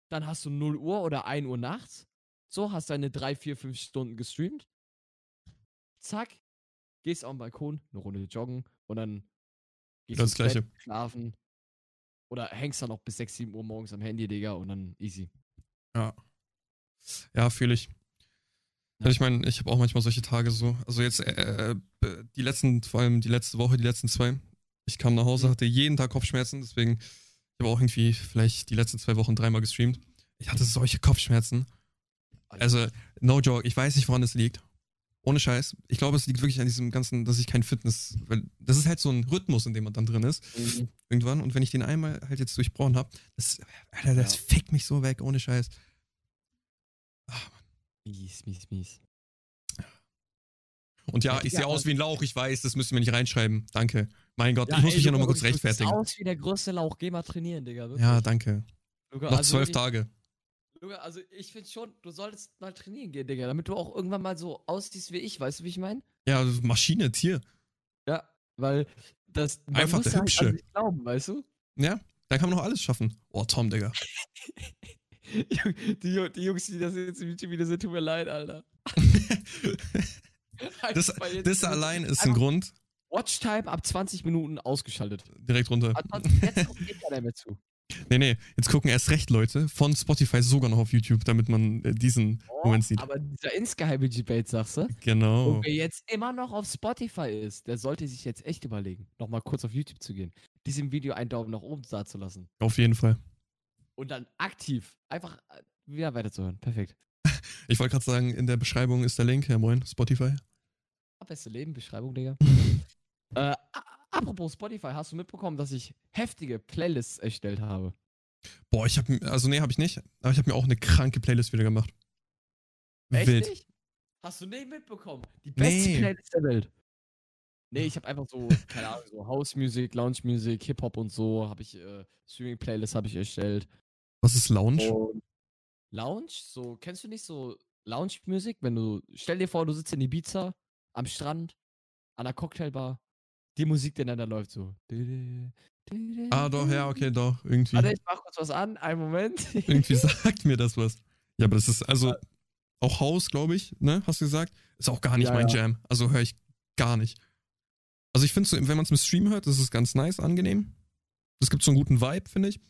[SPEAKER 2] dann hast du 0 Uhr oder 1 Uhr nachts, so hast deine 3, 4, 5 Stunden gestreamt, zack, gehst auf den Balkon, eine Runde joggen und dann gehst
[SPEAKER 1] Wieder das
[SPEAKER 2] ins
[SPEAKER 1] Gleiche.
[SPEAKER 2] Bett, schlafen oder hängst dann noch bis 6, 7 Uhr morgens am Handy, Digga, und dann easy.
[SPEAKER 1] Ja, fühle ich. Also ich meine, ich habe auch manchmal solche Tage so. Also jetzt äh, äh, die letzten, vor allem die letzte Woche, die letzten zwei. Ich kam nach Hause,
[SPEAKER 2] Mhm.
[SPEAKER 1] hatte jeden Tag Kopfschmerzen, deswegen ich habe auch irgendwie vielleicht die letzten zwei Wochen dreimal gestreamt. Ich hatte solche Kopfschmerzen.
[SPEAKER 2] Alter.
[SPEAKER 1] Also no joke, ich weiß nicht, woran es liegt. Ohne Scheiß. Ich glaube, es liegt wirklich an diesem ganzen, dass ich kein Fitness, weil das ist halt so ein Rhythmus, in dem man dann drin ist
[SPEAKER 2] Mhm.
[SPEAKER 1] irgendwann. Und wenn ich den einmal halt jetzt durchbrochen habe, das, Alter, das
[SPEAKER 2] Ja.
[SPEAKER 1] fickt mich so weg, ohne Scheiß.
[SPEAKER 2] Mies, mies, mies.
[SPEAKER 1] Und ja,
[SPEAKER 2] Ja,
[SPEAKER 1] ich
[SPEAKER 2] ja,
[SPEAKER 1] sehe aus
[SPEAKER 2] aber-
[SPEAKER 1] wie ein Lauch, ich weiß, das müssen wir nicht reinschreiben. Danke. Mein Gott, ich muss mich ja nochmal kurz rechtfertigen.
[SPEAKER 2] aus wie der größte Lauch. Geh mal trainieren, Digga. wirklich.
[SPEAKER 1] Ja, danke.
[SPEAKER 2] Luca,
[SPEAKER 1] Noch
[SPEAKER 2] also
[SPEAKER 1] zwölf
[SPEAKER 2] wirklich,
[SPEAKER 1] Tage.
[SPEAKER 2] Luca, also ich finde schon, du solltest mal trainieren gehen, Digga. Damit du auch irgendwann mal so aussiehst wie ich. Weißt du, wie ich meine?
[SPEAKER 1] Ja, Maschine, Tier.
[SPEAKER 2] Ja, weil das. man
[SPEAKER 1] Einfach
[SPEAKER 2] muss
[SPEAKER 1] der
[SPEAKER 2] ja halt
[SPEAKER 1] Hübsche.
[SPEAKER 2] An sich glauben, weißt du?
[SPEAKER 1] Ja, da kann man noch alles schaffen. Oh, Tom, Digga.
[SPEAKER 2] Die, Ju- die Jungs, die das jetzt im YouTube-Video sind, tut mir leid, Alter.
[SPEAKER 1] Das,
[SPEAKER 2] Einfach jetzt-
[SPEAKER 1] das allein ist Also- ein
[SPEAKER 2] Einfach
[SPEAKER 1] Grund.
[SPEAKER 2] Watchtime ab 20 Minuten ausgeschaltet.
[SPEAKER 1] Direkt runter.
[SPEAKER 2] Ansonsten jetzt kommt eh keiner mehr zu.
[SPEAKER 1] Nee, nee, jetzt gucken erst recht Leute von Spotify sogar noch auf YouTube, damit man äh, diesen Moment sieht.
[SPEAKER 2] Aber dieser Insgeheim-Debate, sagst du?
[SPEAKER 1] Genau.
[SPEAKER 2] Und wer jetzt immer noch auf Spotify ist, der sollte sich jetzt echt überlegen, nochmal kurz auf YouTube zu gehen, diesem Video einen Daumen nach oben da zu lassen
[SPEAKER 1] Auf jeden Fall.
[SPEAKER 2] und dann aktiv einfach äh, wieder weiterzuhören. Perfekt.
[SPEAKER 1] Ich wollte gerade sagen, in der Beschreibung ist der Link, ja moin, Spotify.
[SPEAKER 2] Ah, Beste Leben, Beschreibung, Digga. äh, a- apropos Spotify, hast du mitbekommen, dass ich heftige Playlists erstellt habe?
[SPEAKER 1] Boah, ich habe, also nee, habe ich nicht, aber ich habe mir auch eine kranke Playlist wieder gemacht. Wild.
[SPEAKER 2] nicht? Hast du nicht mitbekommen? Die beste
[SPEAKER 1] Nee.
[SPEAKER 2] Playlist der Welt. Nee, ich habe einfach so, keine Ahnung, so House Music, Lounge Music, Hip-Hop und so, habe ich, äh, Streaming Playlist habe ich erstellt.
[SPEAKER 1] Was ist Lounge?
[SPEAKER 2] Und Lounge, so, kennst du nicht so Lounge Music, wenn du, stell dir vor, du sitzt in Ibiza, am Strand, an der Cocktailbar, die Musik, die dann da läuft, so.
[SPEAKER 1] Ah, doch, ja, okay, Hm. doch, irgendwie.
[SPEAKER 2] Warte, ich mach kurz was an, einen Moment.
[SPEAKER 1] Irgendwie sagt mir das was. Ja, aber das ist, also, auch House, glaube ich, ne, hast du gesagt, ist auch gar nicht
[SPEAKER 2] Ja,
[SPEAKER 1] mein Jam. Also höre ich gar nicht. Also ich finde so, wenn man es mit Stream hört, ist es ganz nice, angenehm. Es gibt so einen guten Vibe, finde ich.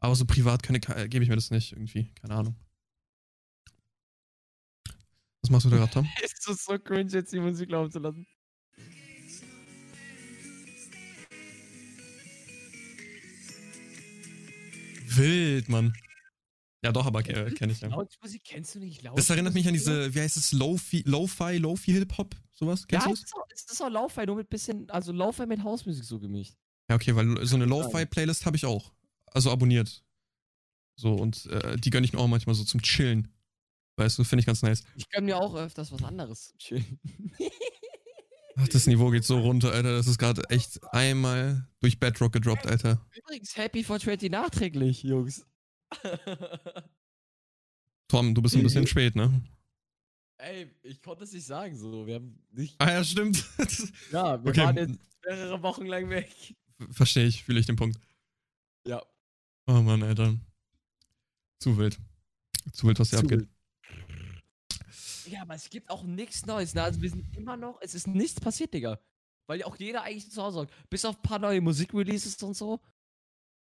[SPEAKER 1] Aber so privat keine- ke- gebe ich mir das nicht irgendwie. Keine Ahnung. Was machst du da gerade, Tom?
[SPEAKER 2] ist das so cringe, jetzt die Musik laufen zu lassen?
[SPEAKER 1] Wild, Mann. Ja, doch, aber äh, kenne ich ja.
[SPEAKER 2] Lounge Musik kennst du nicht? Lounge
[SPEAKER 1] Das erinnert mich an
[SPEAKER 2] Musik, Digga?
[SPEAKER 1] diese, wie heißt es, Lo-Fi, Lo-Fi, Lo-Fi Hip-Hop, sowas? Kennst
[SPEAKER 2] Ja,
[SPEAKER 1] du
[SPEAKER 2] es
[SPEAKER 1] das?
[SPEAKER 2] ist, auch, es ist auch Laufwei, nur mit bisschen, also Laufwei mit Hausmusik so gemischt.
[SPEAKER 1] Ja, okay, weil so eine
[SPEAKER 2] sein.
[SPEAKER 1] Lo-Fi-Playlist habe ich auch. Also abonniert. So, und äh, die gönne ich mir auch manchmal so zum Chillen. Weißt du, finde ich ganz nice.
[SPEAKER 2] Ich gönn mir auch öfters was anderes. Chill.
[SPEAKER 1] Ach, das Niveau geht so runter, Alter. Das ist gerade echt einmal durch Bedrock gedroppt, Alter.
[SPEAKER 2] Übrigens, Happy for 20 nachträglich, Jungs.
[SPEAKER 1] Tom, du bist ein bisschen spät, ne?
[SPEAKER 2] Ey, ich konnte es nicht sagen so. Wir haben nicht.
[SPEAKER 1] Ah ja, stimmt.
[SPEAKER 2] Ja, wir
[SPEAKER 1] Okay.
[SPEAKER 2] waren jetzt mehrere Wochen lang weg.
[SPEAKER 1] Verstehe ich, fühle ich den Punkt.
[SPEAKER 2] Ja.
[SPEAKER 1] Oh Mann, Alter. Zu wild. Zu wild, was hier
[SPEAKER 2] Zu
[SPEAKER 1] abgeht.
[SPEAKER 2] wild. Ja, aber es gibt auch nichts Neues. Ne? Also wir sind immer noch, es ist nichts passiert, Digga. Weil ja auch jeder eigentlich zu Hause sagt, bis auf ein paar neue Musikreleases und so.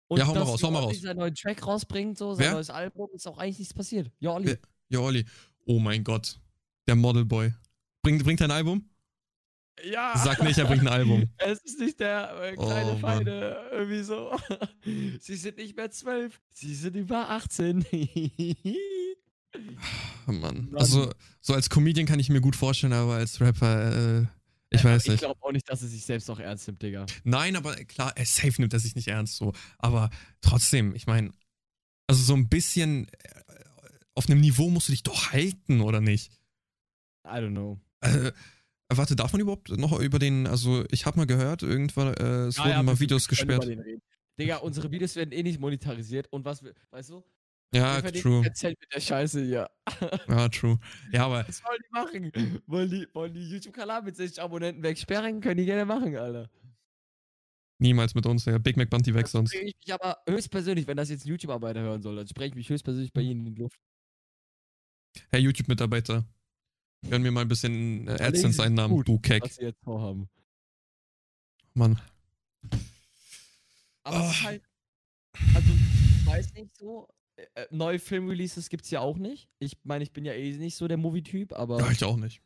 [SPEAKER 2] Und
[SPEAKER 1] Ja, hau mal
[SPEAKER 2] dass
[SPEAKER 1] raus, hau mal
[SPEAKER 2] Jo Olli
[SPEAKER 1] raus.
[SPEAKER 2] seinen neuen Track rausbringt, so, sein
[SPEAKER 1] Wer?
[SPEAKER 2] neues Album, ist auch eigentlich nichts passiert. Ja, Olli.
[SPEAKER 1] Wer? Ja, Olli. Oh mein Gott. Der Modelboy. Bringt, bringt er ein Album?
[SPEAKER 2] Ja.
[SPEAKER 1] Sag nicht, er bringt ein Album.
[SPEAKER 2] Es ist nicht der äh, kleine
[SPEAKER 1] Oh, Mann.
[SPEAKER 2] Feine, irgendwie so. sie sind nicht mehr zwölf, sie sind über 18.
[SPEAKER 1] Oh Mann.
[SPEAKER 2] Mann.
[SPEAKER 1] Also, so als Comedian kann ich mir gut vorstellen, aber als Rapper, äh, ich weiß
[SPEAKER 2] Also, Ich
[SPEAKER 1] nicht.
[SPEAKER 2] glaube auch nicht, dass er sich selbst auch ernst nimmt, Digga.
[SPEAKER 1] Nein, aber klar, er safe nimmt er sich nicht ernst so. Aber trotzdem, ich meine, also so ein bisschen äh, auf einem Niveau musst du dich doch halten, oder nicht?
[SPEAKER 2] I don't know.
[SPEAKER 1] Äh, warte, darf man überhaupt noch über den, also ich habe mal gehört, irgendwann, äh, es
[SPEAKER 2] Ja,
[SPEAKER 1] wurden
[SPEAKER 2] Ah ja,
[SPEAKER 1] mal
[SPEAKER 2] wir-
[SPEAKER 1] Videos
[SPEAKER 2] wir können über
[SPEAKER 1] gesperrt.
[SPEAKER 2] den reden. Digga, unsere Videos werden eh nicht monetarisiert und was, wir- weißt du?
[SPEAKER 1] Ja, Ah, true.
[SPEAKER 2] Erzählt mit der Scheiße hier.
[SPEAKER 1] Ja, true. Ja, aber
[SPEAKER 2] Was wollen die machen? Wollen die, wollen die YouTube-Kanal mit 60 Abonnenten wegsperren? Können die gerne machen, Alter.
[SPEAKER 1] niemals mit uns, ja. Big Mac Bounty weg sonst.
[SPEAKER 2] Bring ich mich aber höchstpersönlich, wenn das jetzt ein YouTube-Arbeiter hören soll, dann spreche ich mich höchstpersönlich
[SPEAKER 1] Hm.
[SPEAKER 2] bei ihnen in die Luft.
[SPEAKER 1] Hey, YouTube-Mitarbeiter, gönn mir mal ein bisschen äh,
[SPEAKER 2] Überlegen Sie sich
[SPEAKER 1] AdSense-Einnahmen,
[SPEAKER 2] gut, Also
[SPEAKER 1] du Keck.
[SPEAKER 2] was sie jetzt vorhaben.
[SPEAKER 1] Mann.
[SPEAKER 2] Aber es ist
[SPEAKER 1] Ah.
[SPEAKER 2] halt, also ich weiß nicht so, äh, äh, neue Filmreleases gibt es ja auch nicht. Ich meine, ich bin ja eh nicht so der Movie-Typ, aber
[SPEAKER 1] Ja, ich auch nicht.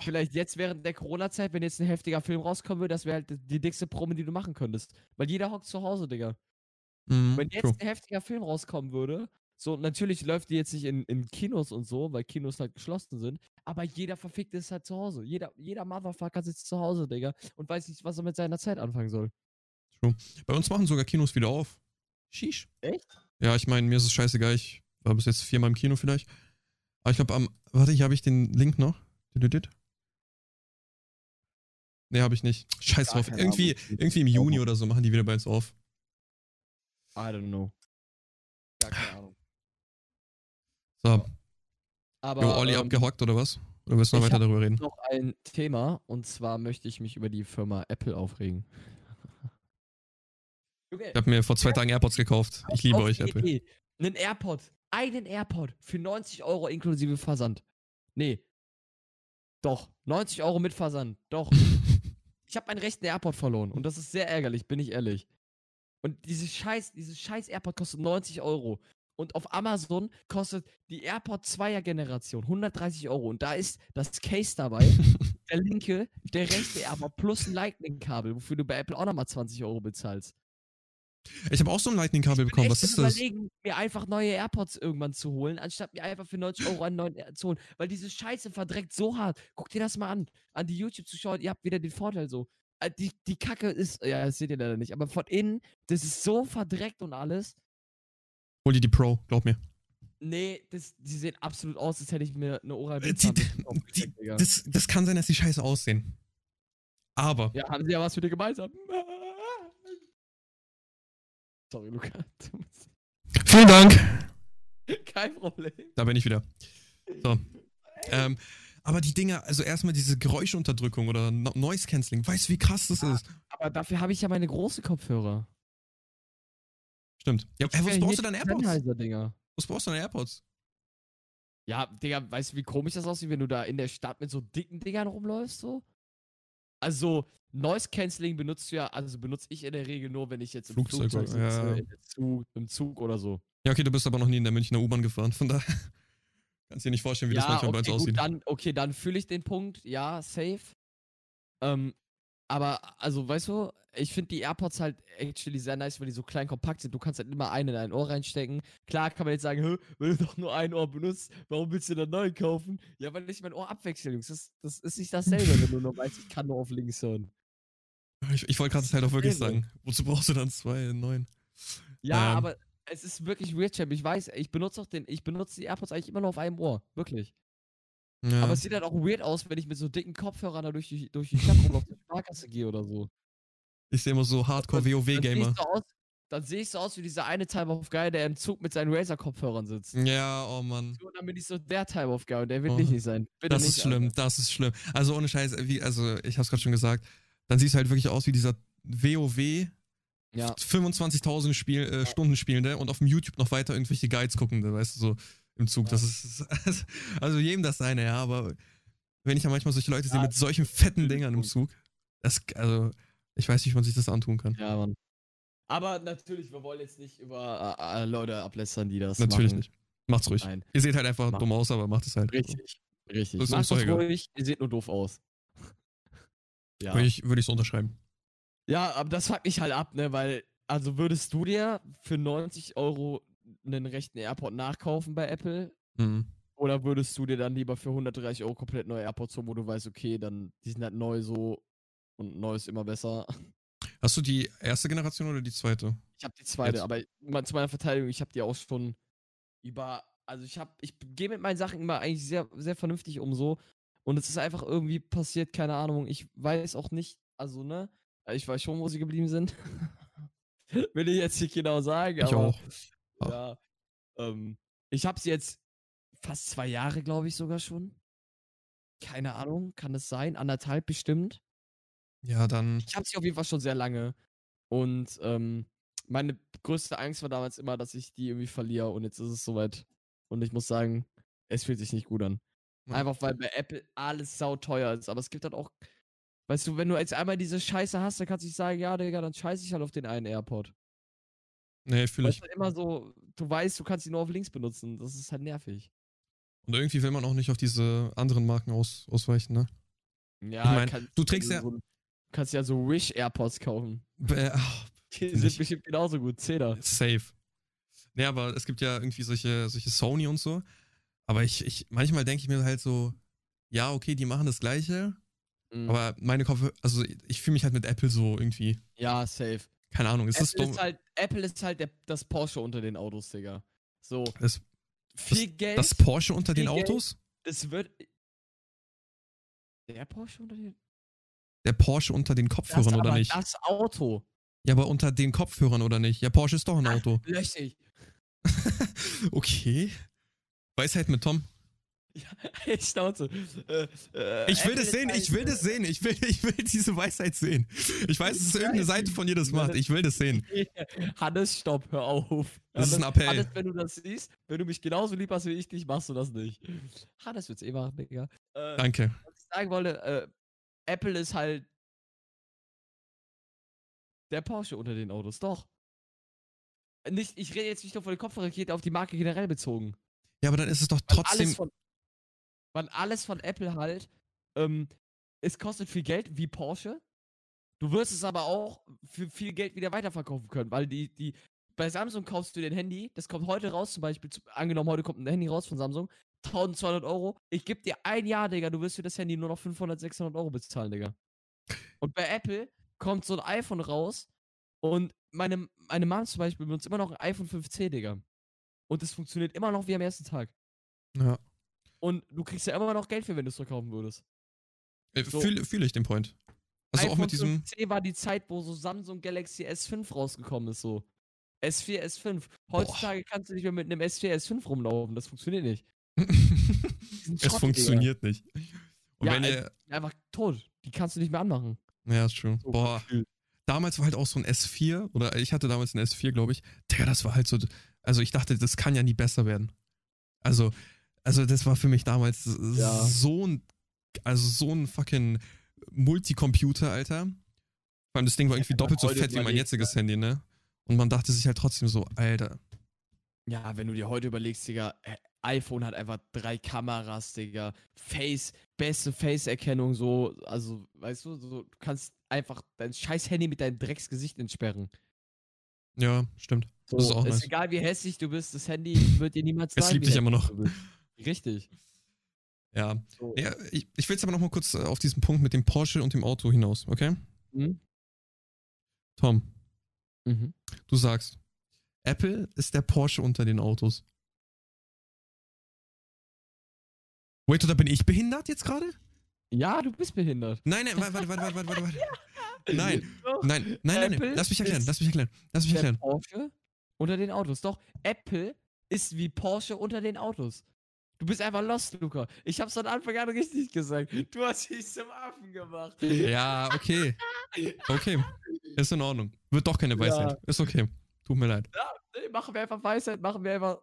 [SPEAKER 2] vielleicht jetzt während der Corona-Zeit, wenn jetzt ein heftiger Film rauskommen würde, das wäre halt die dickste Promo, die du machen könntest. Weil jeder hockt zu Hause, Digga.
[SPEAKER 1] Mhm,
[SPEAKER 2] Wenn jetzt
[SPEAKER 1] true.
[SPEAKER 2] ein heftiger Film rauskommen würde, so natürlich läuft die jetzt nicht in, in Kinos und so, weil Kinos halt geschlossen sind, aber jeder verfickte ist halt zu Hause. Jeder, jeder Motherfucker sitzt zu Hause, Digga, und weiß nicht, was er mit seiner Zeit anfangen soll.
[SPEAKER 1] Bei uns machen sogar Kinos wieder auf. Sheesh.
[SPEAKER 2] Echt?
[SPEAKER 1] Ja, ich meine, mir ist es scheißegal. Ich war bis jetzt viermal im Kino vielleicht. Aber ich glaube, am. Warte, hier habe ich den Link noch. Düdüdüd. Nee, habe ich nicht. Scheiß
[SPEAKER 2] Gar
[SPEAKER 1] drauf.
[SPEAKER 2] keine
[SPEAKER 1] Irgendwie,
[SPEAKER 2] Ahnung.
[SPEAKER 1] irgendwie im Juni oder so machen die wieder bei uns auf.
[SPEAKER 2] I don't know. Gar keine Ahnung.
[SPEAKER 1] So,
[SPEAKER 2] Aber
[SPEAKER 1] jo, Olli
[SPEAKER 2] ähm,
[SPEAKER 1] abgehockt oder was? Oder willst du noch
[SPEAKER 2] ich
[SPEAKER 1] weiter
[SPEAKER 2] hab-
[SPEAKER 1] darüber reden?
[SPEAKER 2] noch ein Thema und zwar möchte ich mich über die Firma Apple aufregen. Okay.
[SPEAKER 1] Ich habe mir vor zwei Tagen AirPods gekauft. Ich liebe euch, Apple.
[SPEAKER 2] Idee. Einen AirPod. Einen AirPod für 90 Euro inklusive Versand. Nee. Doch. 90 Euro mit Versand. Doch. ich habe meinen rechten AirPod verloren und das ist sehr ärgerlich, bin ich ehrlich. Und diese scheiß, dieses scheiß AirPod kostet 90 Euro. Und auf Amazon kostet die AirPod 2er Generation 130 Euro. Und da ist das Case dabei. der linke, der rechte AirPod plus ein Lightning-Kabel, wofür du bei Apple auch nochmal 20 Euro bezahlst.
[SPEAKER 1] Ich habe auch so ein Lightning-Kabel
[SPEAKER 2] Ich bin
[SPEAKER 1] bekommen.
[SPEAKER 2] echt
[SPEAKER 1] Was
[SPEAKER 2] am
[SPEAKER 1] ist das?
[SPEAKER 2] überlegen, mir einfach neue AirPods irgendwann zu holen, anstatt mir einfach für 90 Euro einen neuen Air zu holen. Weil diese Scheiße verdreckt so hart. Guck dir das mal an. An die YouTube-Zuschauer, ihr habt wieder den Vorteil so. Äh, Die, die Kacke ist, ja, das seht ihr leider nicht, aber von innen, das ist so verdreckt und alles.
[SPEAKER 1] Hol dir die Pro, glaub mir.
[SPEAKER 2] Nee, das, die sehen absolut aus, als hätte ich mir eine oral
[SPEAKER 1] Äh, die- Das, das kann sein, dass die scheiße aussehen. Aber
[SPEAKER 2] Ja, haben sie ja was für dir gemeinsam. Sorry, Luca. du bist-
[SPEAKER 1] vielen Dank.
[SPEAKER 2] Kein Problem.
[SPEAKER 1] Da bin ich wieder. So. Ähm, aber die Dinger, also erstmal diese Geräuschunterdrückung oder no Noise Cancelling, weißt du, wie krass das ist?
[SPEAKER 2] Aber dafür habe ich ja meine großen Kopfhörer.
[SPEAKER 1] Stimmt. Ja,
[SPEAKER 2] Ich
[SPEAKER 1] hey, was
[SPEAKER 2] will
[SPEAKER 1] brauchst
[SPEAKER 2] nicht
[SPEAKER 1] du deine
[SPEAKER 2] die
[SPEAKER 1] AirPods?
[SPEAKER 2] Sennheiser-Dinger.
[SPEAKER 1] Was brauchst du deine AirPods?
[SPEAKER 2] Ja, Digga, weißt du, wie komisch das aussieht, wenn du da in der Stadt mit so dicken Dingern rumläufst, so? Also, Noise Cancelling benutzt du ja, also benutze ich in der Regel nur, wenn ich jetzt im Flugzeug,
[SPEAKER 1] Flugzeug,
[SPEAKER 2] sitze,
[SPEAKER 1] ja.
[SPEAKER 2] in der Zug, im Zug oder so.
[SPEAKER 1] Ja, okay, du bist aber noch nie in der Münchner U-Bahn gefahren, von daher kannst du dir nicht vorstellen, wie das
[SPEAKER 2] ja,
[SPEAKER 1] manchmal bei
[SPEAKER 2] okay,
[SPEAKER 1] uns
[SPEAKER 2] gut,
[SPEAKER 1] aussieht.
[SPEAKER 2] dann, okay, dann fühle ich den Punkt, ja, safe. Ähm, aber, also, weißt du, ich finde die AirPods halt actually sehr nice, weil die so klein kompakt sind. Du kannst halt immer einen in ein Ohr reinstecken. Klar kann man jetzt sagen, "Hä, wenn du doch nur ein Ohr benutzt, warum willst du dann neu kaufen? Ja, weil ich mein Ohr abwechsel, Jungs. Das, das ist nicht dasselbe, wenn du nur weißt, ich kann nur auf links hören.
[SPEAKER 1] Ich, ich wollte gerade das halt auch wirklich
[SPEAKER 2] Irre.
[SPEAKER 1] sagen. Wozu brauchst du dann zwei neuen?
[SPEAKER 2] Ja,
[SPEAKER 1] Ähm.
[SPEAKER 2] aber es ist wirklich weird, Champ. Ich weiß, ich benutze auch den, ich benutze die AirPods eigentlich immer nur auf einem Ohr. Wirklich.
[SPEAKER 1] Ja.
[SPEAKER 2] Aber es sieht halt auch weird aus, wenn ich mit so dicken Kopfhörern da durch die, durch die Stadt rumlaufe, zur Sparkasse gehe oder so.
[SPEAKER 1] ich sehe immer so
[SPEAKER 2] Dann sehe
[SPEAKER 1] Hardcore-WoW-Gamer.
[SPEAKER 2] ich, so aus- dann seh ich so aus wie dieser eine Time of Guy, der im Zug mit seinen Razer-Kopfhörern sitzt.
[SPEAKER 1] Ja, oh Mann.
[SPEAKER 2] So, dann bin ich so der Time of Guy und der will
[SPEAKER 1] Oh,
[SPEAKER 2] ich nicht sein. Bitte
[SPEAKER 1] Das
[SPEAKER 2] nicht,
[SPEAKER 1] ist schlimm, das ist schlimm. Also ohne Scheiß, wie, also ich hab's gerade schon gesagt, dann siehst du halt wirklich aus wie dieser WoW
[SPEAKER 2] Alter. Ja.
[SPEAKER 1] 25.000 Spiel, äh, Stunden Spielende und auf dem YouTube noch weiter irgendwelche Guides guckende, weißt du, so im Zug.
[SPEAKER 2] Ja.
[SPEAKER 1] Das ist, also, also jedem das seine, ja, aber wenn ich ja manchmal solche Leute sehe
[SPEAKER 2] Ja,
[SPEAKER 1] mit solchen fetten
[SPEAKER 2] natürlich
[SPEAKER 1] Dingern im
[SPEAKER 2] gut.
[SPEAKER 1] Zug, das, also ich weiß nicht, wie man sich das antun kann.
[SPEAKER 2] ja, Mann. Aber natürlich, wir wollen jetzt nicht über äh, äh, Leute ablästern, die das
[SPEAKER 1] Natürlich
[SPEAKER 2] machen.
[SPEAKER 1] nicht. Macht's ruhig.
[SPEAKER 2] Nein,
[SPEAKER 1] Ihr seht halt einfach
[SPEAKER 2] Mach-
[SPEAKER 1] dumm aus, aber macht es halt.
[SPEAKER 2] richtig. Richtig.
[SPEAKER 1] Das ist uns
[SPEAKER 2] Macht uns
[SPEAKER 1] doch egal.
[SPEAKER 2] ruhig, ihr seht nur doof aus. ja.
[SPEAKER 1] Würde ich, würde ich so unterschreiben.
[SPEAKER 2] Ja, aber das fuckt mich halt ab, ne? Weil, also würdest du dir für 90 Euro einen rechten AirPod nachkaufen bei Apple?
[SPEAKER 1] Mhm.
[SPEAKER 2] Oder würdest du dir dann lieber für 130 Euro komplett neue AirPods holen, wo du weißt, okay, dann die sind halt neu so und neu ist immer besser.
[SPEAKER 1] Hast du die erste Generation oder die zweite?
[SPEAKER 2] Ich habe die zweite,
[SPEAKER 1] Jetzt.
[SPEAKER 2] aber mal zu meiner Verteidigung, ich habe die auch schon über, also ich habe, ich gehe mit meinen Sachen immer eigentlich sehr, sehr vernünftig um so und es ist einfach irgendwie passiert, keine Ahnung. Ich weiß auch nicht, also ne, ich weiß schon, wo sie geblieben sind. Will ich jetzt nicht genau sagen,
[SPEAKER 1] Ich
[SPEAKER 2] aber
[SPEAKER 1] auch. auch.
[SPEAKER 2] ja. Ähm, ich habe sie jetzt fast zwei Jahre, glaube ich, sogar schon. Keine Ahnung, kann es sein? Anderthalb bestimmt.
[SPEAKER 1] Ja, dann.
[SPEAKER 2] Ich habe sie auf jeden Fall schon sehr lange. Und ähm, meine größte Angst war damals immer, dass ich die irgendwie verliere. Und jetzt ist es soweit. Und ich muss sagen, es fühlt sich nicht gut an.
[SPEAKER 1] Ja.
[SPEAKER 2] Einfach weil bei Apple alles sauteuer ist. Aber es gibt halt auch, weißt du, wenn du jetzt einmal diese Scheiße hast, dann kannst du nicht sagen, ja, Digga, dann scheiße ich halt auf den einen AirPod.
[SPEAKER 1] Nee, fühle ich.
[SPEAKER 2] Weißt du, halt immer so, du weißt, du kannst ihn nur auf links benutzen. Das ist halt nervig.
[SPEAKER 1] Und irgendwie will man auch nicht auf diese anderen Marken aus, ausweichen, ne?
[SPEAKER 2] Ja,
[SPEAKER 1] mein,
[SPEAKER 2] kann-
[SPEAKER 1] du trägst ja-
[SPEAKER 2] so- Du kannst ja so Wish AirPods kaufen.
[SPEAKER 1] B- Äh, ach,
[SPEAKER 2] Die
[SPEAKER 1] Find ich-
[SPEAKER 2] sind bestimmt genauso gut. Zehner.
[SPEAKER 1] safe. Nee, aber es gibt ja irgendwie solche, solche Sony und so. Aber ich, ich manchmal denke ich mir halt so, ja, okay, die machen das Gleiche.
[SPEAKER 2] Mhm.
[SPEAKER 1] Aber meine Kopfhörer, also ich fühle mich halt mit Apple so irgendwie,
[SPEAKER 2] ja, safe.
[SPEAKER 1] keine Ahnung, es ist
[SPEAKER 2] Apple,
[SPEAKER 1] dumm.
[SPEAKER 2] ist halt, Apple ist halt der, das Porsche unter den Autos, Digga. So,
[SPEAKER 1] das,
[SPEAKER 2] viel Geld,
[SPEAKER 1] das Porsche unter den
[SPEAKER 2] Viel Geld?
[SPEAKER 1] Autos?
[SPEAKER 2] es wird. Der Porsche unter den
[SPEAKER 1] Der Porsche unter den
[SPEAKER 2] das,
[SPEAKER 1] Kopfhörern oder
[SPEAKER 2] aber
[SPEAKER 1] nicht?
[SPEAKER 2] Das Auto.
[SPEAKER 1] Ja, aber unter den Kopfhörern oder nicht? Ja, Porsche ist doch ein Auto.
[SPEAKER 2] Lösch ich.
[SPEAKER 1] Okay. Weisheit mit Tom.
[SPEAKER 2] Ja, ich schnauze. Äh, äh,
[SPEAKER 1] Ich will
[SPEAKER 2] Apple
[SPEAKER 1] das
[SPEAKER 2] ist
[SPEAKER 1] sehen,
[SPEAKER 2] halt,
[SPEAKER 1] ich will
[SPEAKER 2] äh,
[SPEAKER 1] das sehen, ich will, ich will diese Weisheit sehen. Ich weiß, es ist irgendeine Seite von dir das macht, ich will das sehen.
[SPEAKER 2] Hannes, stopp, hör auf.
[SPEAKER 1] Das ist ein
[SPEAKER 2] Hannes-
[SPEAKER 1] Appell.
[SPEAKER 2] Hannes, wenn du das siehst, wenn du mich genauso lieb hast wie ich dich, machst du das nicht. Hannes wird's eh machen, Digga. Äh,
[SPEAKER 1] Danke.
[SPEAKER 2] was ich sagen wollte, äh, Apple ist halt der Porsche unter den Autos, doch. Nicht, ich rede jetzt nicht nur von den Kopfhörern, ich rede auf die Marke generell bezogen.
[SPEAKER 1] Ja, aber dann ist es doch
[SPEAKER 2] Weil
[SPEAKER 1] trotzdem.
[SPEAKER 2] Alles von, weil alles von Apple halt, ähm, es kostet viel Geld, wie Porsche. Du wirst es aber auch für viel Geld wieder weiterverkaufen können, weil die, die, bei Samsung kaufst du dir ein Handy, das kommt heute raus, zum Beispiel, zu- angenommen, heute kommt ein Handy raus von Samsung, 1200 Euro. Ich gebe dir ein Jahr, Digga, du wirst für das Handy nur noch 500, 600 Euro bezahlen, Digga. Und bei Apple kommt so ein iPhone raus und meine, meine Mom zum Beispiel benutzt immer noch ein iPhone 5C, Digga. Und es funktioniert immer noch wie am ersten Tag.
[SPEAKER 1] ja.
[SPEAKER 2] Und du kriegst ja immer noch Geld für, wenn du es verkaufen würdest.
[SPEAKER 1] Äh,
[SPEAKER 2] so.
[SPEAKER 1] Fühle fühl ich den Point. Also auch mit diesem.
[SPEAKER 2] 5C war die Zeit, wo so Samsung Galaxy S5 rausgekommen ist, so. S4, S5.
[SPEAKER 1] Boah.
[SPEAKER 2] Heutzutage kannst du nicht mehr mit einem S4, S5 rumlaufen. Das funktioniert nicht. Diesen Schrott,
[SPEAKER 1] es
[SPEAKER 2] Digga.
[SPEAKER 1] funktioniert nicht. Und
[SPEAKER 2] Ja,
[SPEAKER 1] wenn
[SPEAKER 2] äh,
[SPEAKER 1] ihr.
[SPEAKER 2] Einfach tot. Die kannst du nicht mehr anmachen.
[SPEAKER 1] Ja, ist true.
[SPEAKER 2] So
[SPEAKER 1] Boah,
[SPEAKER 2] gefühlt.
[SPEAKER 1] damals war halt auch so ein S4, oder ich hatte damals ein S4, glaube ich. Digga, das war halt so. Also ich dachte, das kann ja nie besser werden. Also, also das war für mich damals
[SPEAKER 2] Ja.
[SPEAKER 1] so ein. Also so ein fucking Multicomputer, Alter. Vor allem das Ding war irgendwie
[SPEAKER 2] wenn man
[SPEAKER 1] doppelt so
[SPEAKER 2] heute
[SPEAKER 1] fett wie mein
[SPEAKER 2] überlegt,
[SPEAKER 1] jetziges Handy, ne? Und man dachte sich halt trotzdem so, Alter.
[SPEAKER 2] Ja, wenn du dir heute überlegst, Digga, äh, iPhone hat einfach drei Kameras, Digga. Face, beste Face-Erkennung, so, also, weißt du, so, du kannst einfach dein scheiß Handy mit deinem Drecksgesicht entsperren.
[SPEAKER 1] Ja, stimmt.
[SPEAKER 2] So,
[SPEAKER 1] Das ist
[SPEAKER 2] ist
[SPEAKER 1] auch nice.
[SPEAKER 2] egal, wie hässlich du bist, das Handy wird dir niemals
[SPEAKER 1] Es
[SPEAKER 2] sagen.
[SPEAKER 1] liebt
[SPEAKER 2] wie
[SPEAKER 1] dich immer
[SPEAKER 2] hässlich
[SPEAKER 1] noch.
[SPEAKER 2] du bist. Richtig.
[SPEAKER 1] Ja,
[SPEAKER 2] So.
[SPEAKER 1] ja ich, ich will jetzt aber noch mal kurz äh, auf diesen Punkt mit dem Porsche und dem Auto hinaus, okay?
[SPEAKER 2] Mhm.
[SPEAKER 1] Tom,
[SPEAKER 2] Mhm.
[SPEAKER 1] du sagst, Apple ist der Porsche unter den Autos. Wait, oder bin ich behindert jetzt gerade?
[SPEAKER 2] Ja, du bist behindert.
[SPEAKER 1] Nein, nein, warte, warte, warte, warte, warte, warte. Äh, Nein,
[SPEAKER 2] Doch,
[SPEAKER 1] nein, nein, nein, nein.
[SPEAKER 2] Apple
[SPEAKER 1] Lass mich erklären,
[SPEAKER 2] ist
[SPEAKER 1] lass mich erklären, lass mich
[SPEAKER 2] Der
[SPEAKER 1] erklären.
[SPEAKER 2] Porsche unter den Autos. Doch, Apple ist wie Porsche unter den Autos. Du bist einfach lost, Luca. Ich hab's von Anfang an richtig gesagt. Du hast dich zum Affen gemacht.
[SPEAKER 1] Ja, okay. Okay, ist in Ordnung. Wird doch keine
[SPEAKER 2] Ja.
[SPEAKER 1] Weisheit. Ist okay. Tut mir leid.
[SPEAKER 2] Nee, machen wir einfach Weisheit, machen wir einfach.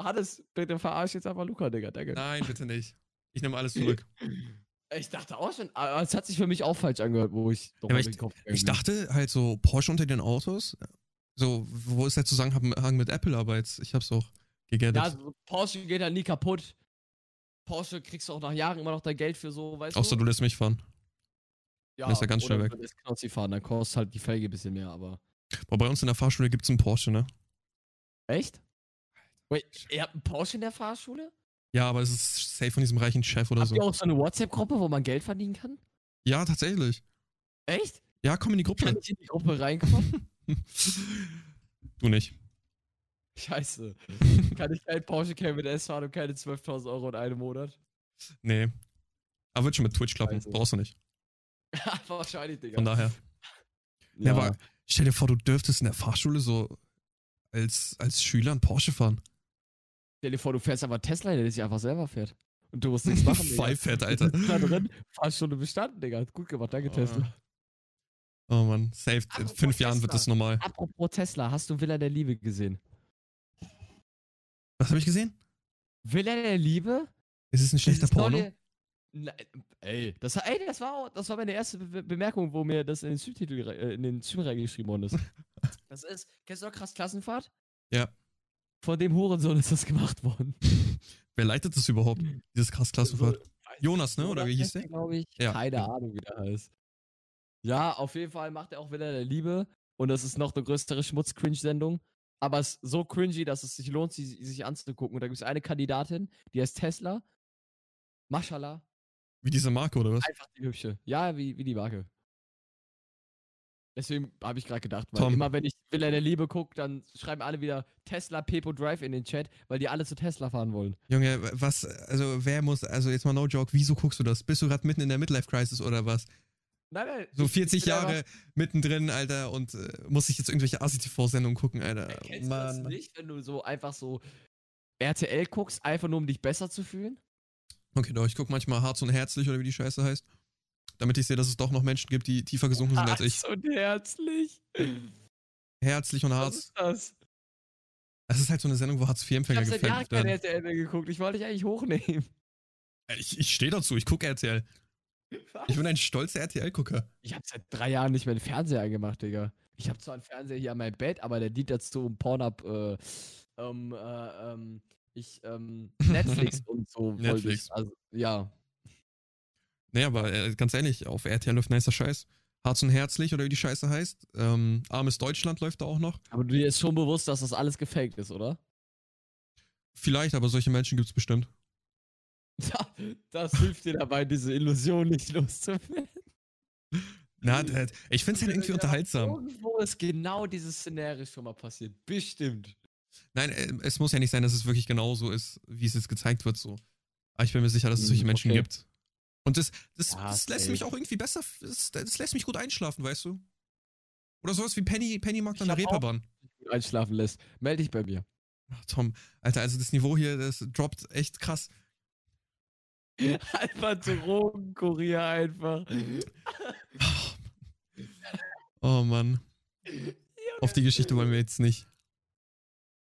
[SPEAKER 2] Hannes, bitte verarsch jetzt einfach Luca, Digga, danke.
[SPEAKER 1] Nein, bitte nicht. Ich nehme alles zurück.
[SPEAKER 2] Ich dachte auch schon, aber es hat sich für mich auch falsch angehört, wo ich
[SPEAKER 1] aber
[SPEAKER 2] nochmal
[SPEAKER 1] ich-
[SPEAKER 2] den Kopf gegangen
[SPEAKER 1] Ich
[SPEAKER 2] bin.
[SPEAKER 1] dachte halt so, Porsche unter den Autos. So, wo ist der Zusammenhang mit Apple, aber jetzt, ich hab's auch gegettet.
[SPEAKER 2] Ja, so Porsche geht halt nie kaputt. Porsche kriegst du auch nach Jahren immer noch dein Geld für so, weißt
[SPEAKER 1] Außer
[SPEAKER 2] du?
[SPEAKER 1] du lässt mich fahren.
[SPEAKER 2] ja,
[SPEAKER 1] dann ist er ganz schnell
[SPEAKER 2] oder
[SPEAKER 1] weg.
[SPEAKER 2] du lässt Knossi fahren, dann kostet halt die Felge ein bisschen mehr, aber.
[SPEAKER 1] Boah, bei uns in der Fahrschule gibt's einen Porsche, ne?
[SPEAKER 2] Echt? Wait, ihr habt einen Porsche in der Fahrschule?
[SPEAKER 1] Ja, aber es ist safe von diesem reichen Chef oder
[SPEAKER 2] Habt ihr
[SPEAKER 1] so.
[SPEAKER 2] auch so eine WhatsApp-Gruppe, wo man Geld verdienen kann?
[SPEAKER 1] Ja, tatsächlich.
[SPEAKER 2] Echt?
[SPEAKER 1] Ja, komm in die
[SPEAKER 2] Kann
[SPEAKER 1] Gruppe.
[SPEAKER 2] ich in die Gruppe reinkommen?
[SPEAKER 1] du nicht.
[SPEAKER 2] Scheiße. Kann ich kein Porsche Cayman S fahren und keine 12.000 Euro in einem Monat?
[SPEAKER 1] Nee. Aber wird schon mit Twitch klappen.
[SPEAKER 2] Also.
[SPEAKER 1] Brauchst du nicht.
[SPEAKER 2] Wahrscheinlich, Digga.
[SPEAKER 1] Von daher. Ja. aber stell dir vor, du dürftest in der Fahrschule so als, als Schüler einen Porsche fahren.
[SPEAKER 2] Stell dir vor, du fährst aber Tesla, der sich einfach selber fährt. Und du musst nichts machen, Digga.
[SPEAKER 1] Pfeifett, Alter.
[SPEAKER 2] Da drin, Fahrstunde bestanden, Digga. Gut gemacht, danke,
[SPEAKER 1] Ah.
[SPEAKER 2] Tesla.
[SPEAKER 1] Oh Mann, safe. In
[SPEAKER 2] Apropos
[SPEAKER 1] fünf Jahren wird
[SPEAKER 2] Tesla.
[SPEAKER 1] das normal.
[SPEAKER 2] Apropos Tesla, hast du Villa der Liebe gesehen?
[SPEAKER 1] Was habe ich gesehen?
[SPEAKER 2] Villa der Liebe?
[SPEAKER 1] Ist es ein schlechter
[SPEAKER 2] Dieses
[SPEAKER 1] Porno?
[SPEAKER 2] neue- Nein, ey, das, war- ey, das war, auch- das war meine erste Be Bemerkung, wo mir das in den Subtitel, rei- äh, in den Stream reingeschrieben worden ist. Das ist, kennst du noch krass Klassenfahrt?
[SPEAKER 1] Ja.
[SPEAKER 2] Von dem Hurensohn ist das gemacht worden.
[SPEAKER 1] Wer leitet das überhaupt? Dieses krass Klassenfahrt. Jonas, ne? Oder wie hieß der?
[SPEAKER 2] Glaube ich.
[SPEAKER 1] Ja.
[SPEAKER 2] Keine Ahnung, wie der heißt. Ja, auf jeden Fall macht er auch wieder der Liebe. Und das ist noch eine größere Schmutz-Cringe-Sendung. Aber es ist so cringy, dass es sich lohnt, sie, sie sich anzugucken. Und da gibt es eine Kandidatin, die heißt Tesla. Maschallah.
[SPEAKER 1] Wie diese Marke oder was?
[SPEAKER 2] Einfach die hübsche. Ja, wie, wie die Marke. Deswegen habe ich gerade gedacht, weil
[SPEAKER 1] Tom.
[SPEAKER 2] immer wenn ich Villa der Liebe gucke, dann schreiben alle wieder Tesla Pepo Drive in den Chat, weil die alle zu Tesla fahren wollen.
[SPEAKER 1] Junge, was, also wer muss, also jetzt mal no joke, wieso guckst du das? Bist du gerade mitten in der Midlife-Crisis oder was?
[SPEAKER 2] Nein, nein.
[SPEAKER 1] So
[SPEAKER 2] ich- ich
[SPEAKER 1] 40
[SPEAKER 2] bin
[SPEAKER 1] Jahre mittendrin, Alter, und äh, muss ich jetzt irgendwelche ACTV-Sendungen gucken, Alter.
[SPEAKER 2] Einfach, kennst du
[SPEAKER 1] Mann.
[SPEAKER 2] das nicht, wenn du so einfach so RTL guckst, einfach nur um dich besser zu fühlen?
[SPEAKER 1] Okay, doch, ich guck manchmal Harz und Herzlich oder wie die Scheiße heißt. Damit ich sehe, dass es doch noch Menschen gibt, die tiefer gesunken sind als ich.
[SPEAKER 2] Herz und herzlich.
[SPEAKER 1] Herzlich und
[SPEAKER 2] Was
[SPEAKER 1] Harz.
[SPEAKER 2] ist das?
[SPEAKER 1] Das ist halt so eine Sendung, wo
[SPEAKER 2] Ich
[SPEAKER 1] Hartz-IV-Empfänger
[SPEAKER 2] habe seit Jahren
[SPEAKER 1] gefällt
[SPEAKER 2] kein
[SPEAKER 1] werden.
[SPEAKER 2] RTL mehr geguckt. Ich wollte dich eigentlich hochnehmen.
[SPEAKER 1] Ich, ich stehe dazu, ich gucke RTL. Ich bin ein stolzer RTL-Gucker.
[SPEAKER 2] Ich habe seit drei Jahren nicht mehr den Fernseher angemacht, Digga. Ich habe zwar einen Fernseher hier an meinem Bett, aber der dient dazu, um Pornhub, äh, ähm, äh, ähm, ich, ähm, Netflix und so. wollte
[SPEAKER 1] Netflix.
[SPEAKER 2] Ich, also, ja.
[SPEAKER 1] Naja, aber äh, ganz ehrlich, auf RTL läuft nicer Scheiß. Harz und Herzlich oder wie die Scheiße heißt. Ähm, Armes Deutschland läuft da auch noch.
[SPEAKER 2] Aber dir ist schon bewusst, dass das alles gefaked ist, oder?
[SPEAKER 1] Vielleicht, aber solche Menschen gibt's bestimmt.
[SPEAKER 2] Ja, das hilft dir dabei, diese Illusion nicht loszuwerden.
[SPEAKER 1] Na, d- ich find's halt irgendwie
[SPEAKER 2] Ja,
[SPEAKER 1] unterhaltsam.
[SPEAKER 2] Irgendwo ist genau dieses Szenario schon mal passiert. Bestimmt.
[SPEAKER 1] Nein, äh, es muss ja nicht sein, dass es wirklich genauso ist, wie es jetzt gezeigt wird, so. Aber ich bin mir sicher, dass es
[SPEAKER 2] Mhm,
[SPEAKER 1] solche Menschen
[SPEAKER 2] okay.
[SPEAKER 1] gibt. Und das, das,
[SPEAKER 2] Ja,
[SPEAKER 1] das lässt
[SPEAKER 2] safe.
[SPEAKER 1] mich auch irgendwie besser, das, das lässt mich gut einschlafen, weißt du? Oder sowas wie Penny, Penny mag
[SPEAKER 2] Ich
[SPEAKER 1] an der
[SPEAKER 2] glaub auch.
[SPEAKER 1] Reeperbahn.
[SPEAKER 2] Gut Einschlafen lässt. Melde dich bei mir.
[SPEAKER 1] Ach, Tom, Alter, also das Niveau hier, das droppt echt krass.
[SPEAKER 2] einfach Drogenkurier einfach.
[SPEAKER 1] Oh Mann, auf die Geschichte wollen wir jetzt nicht.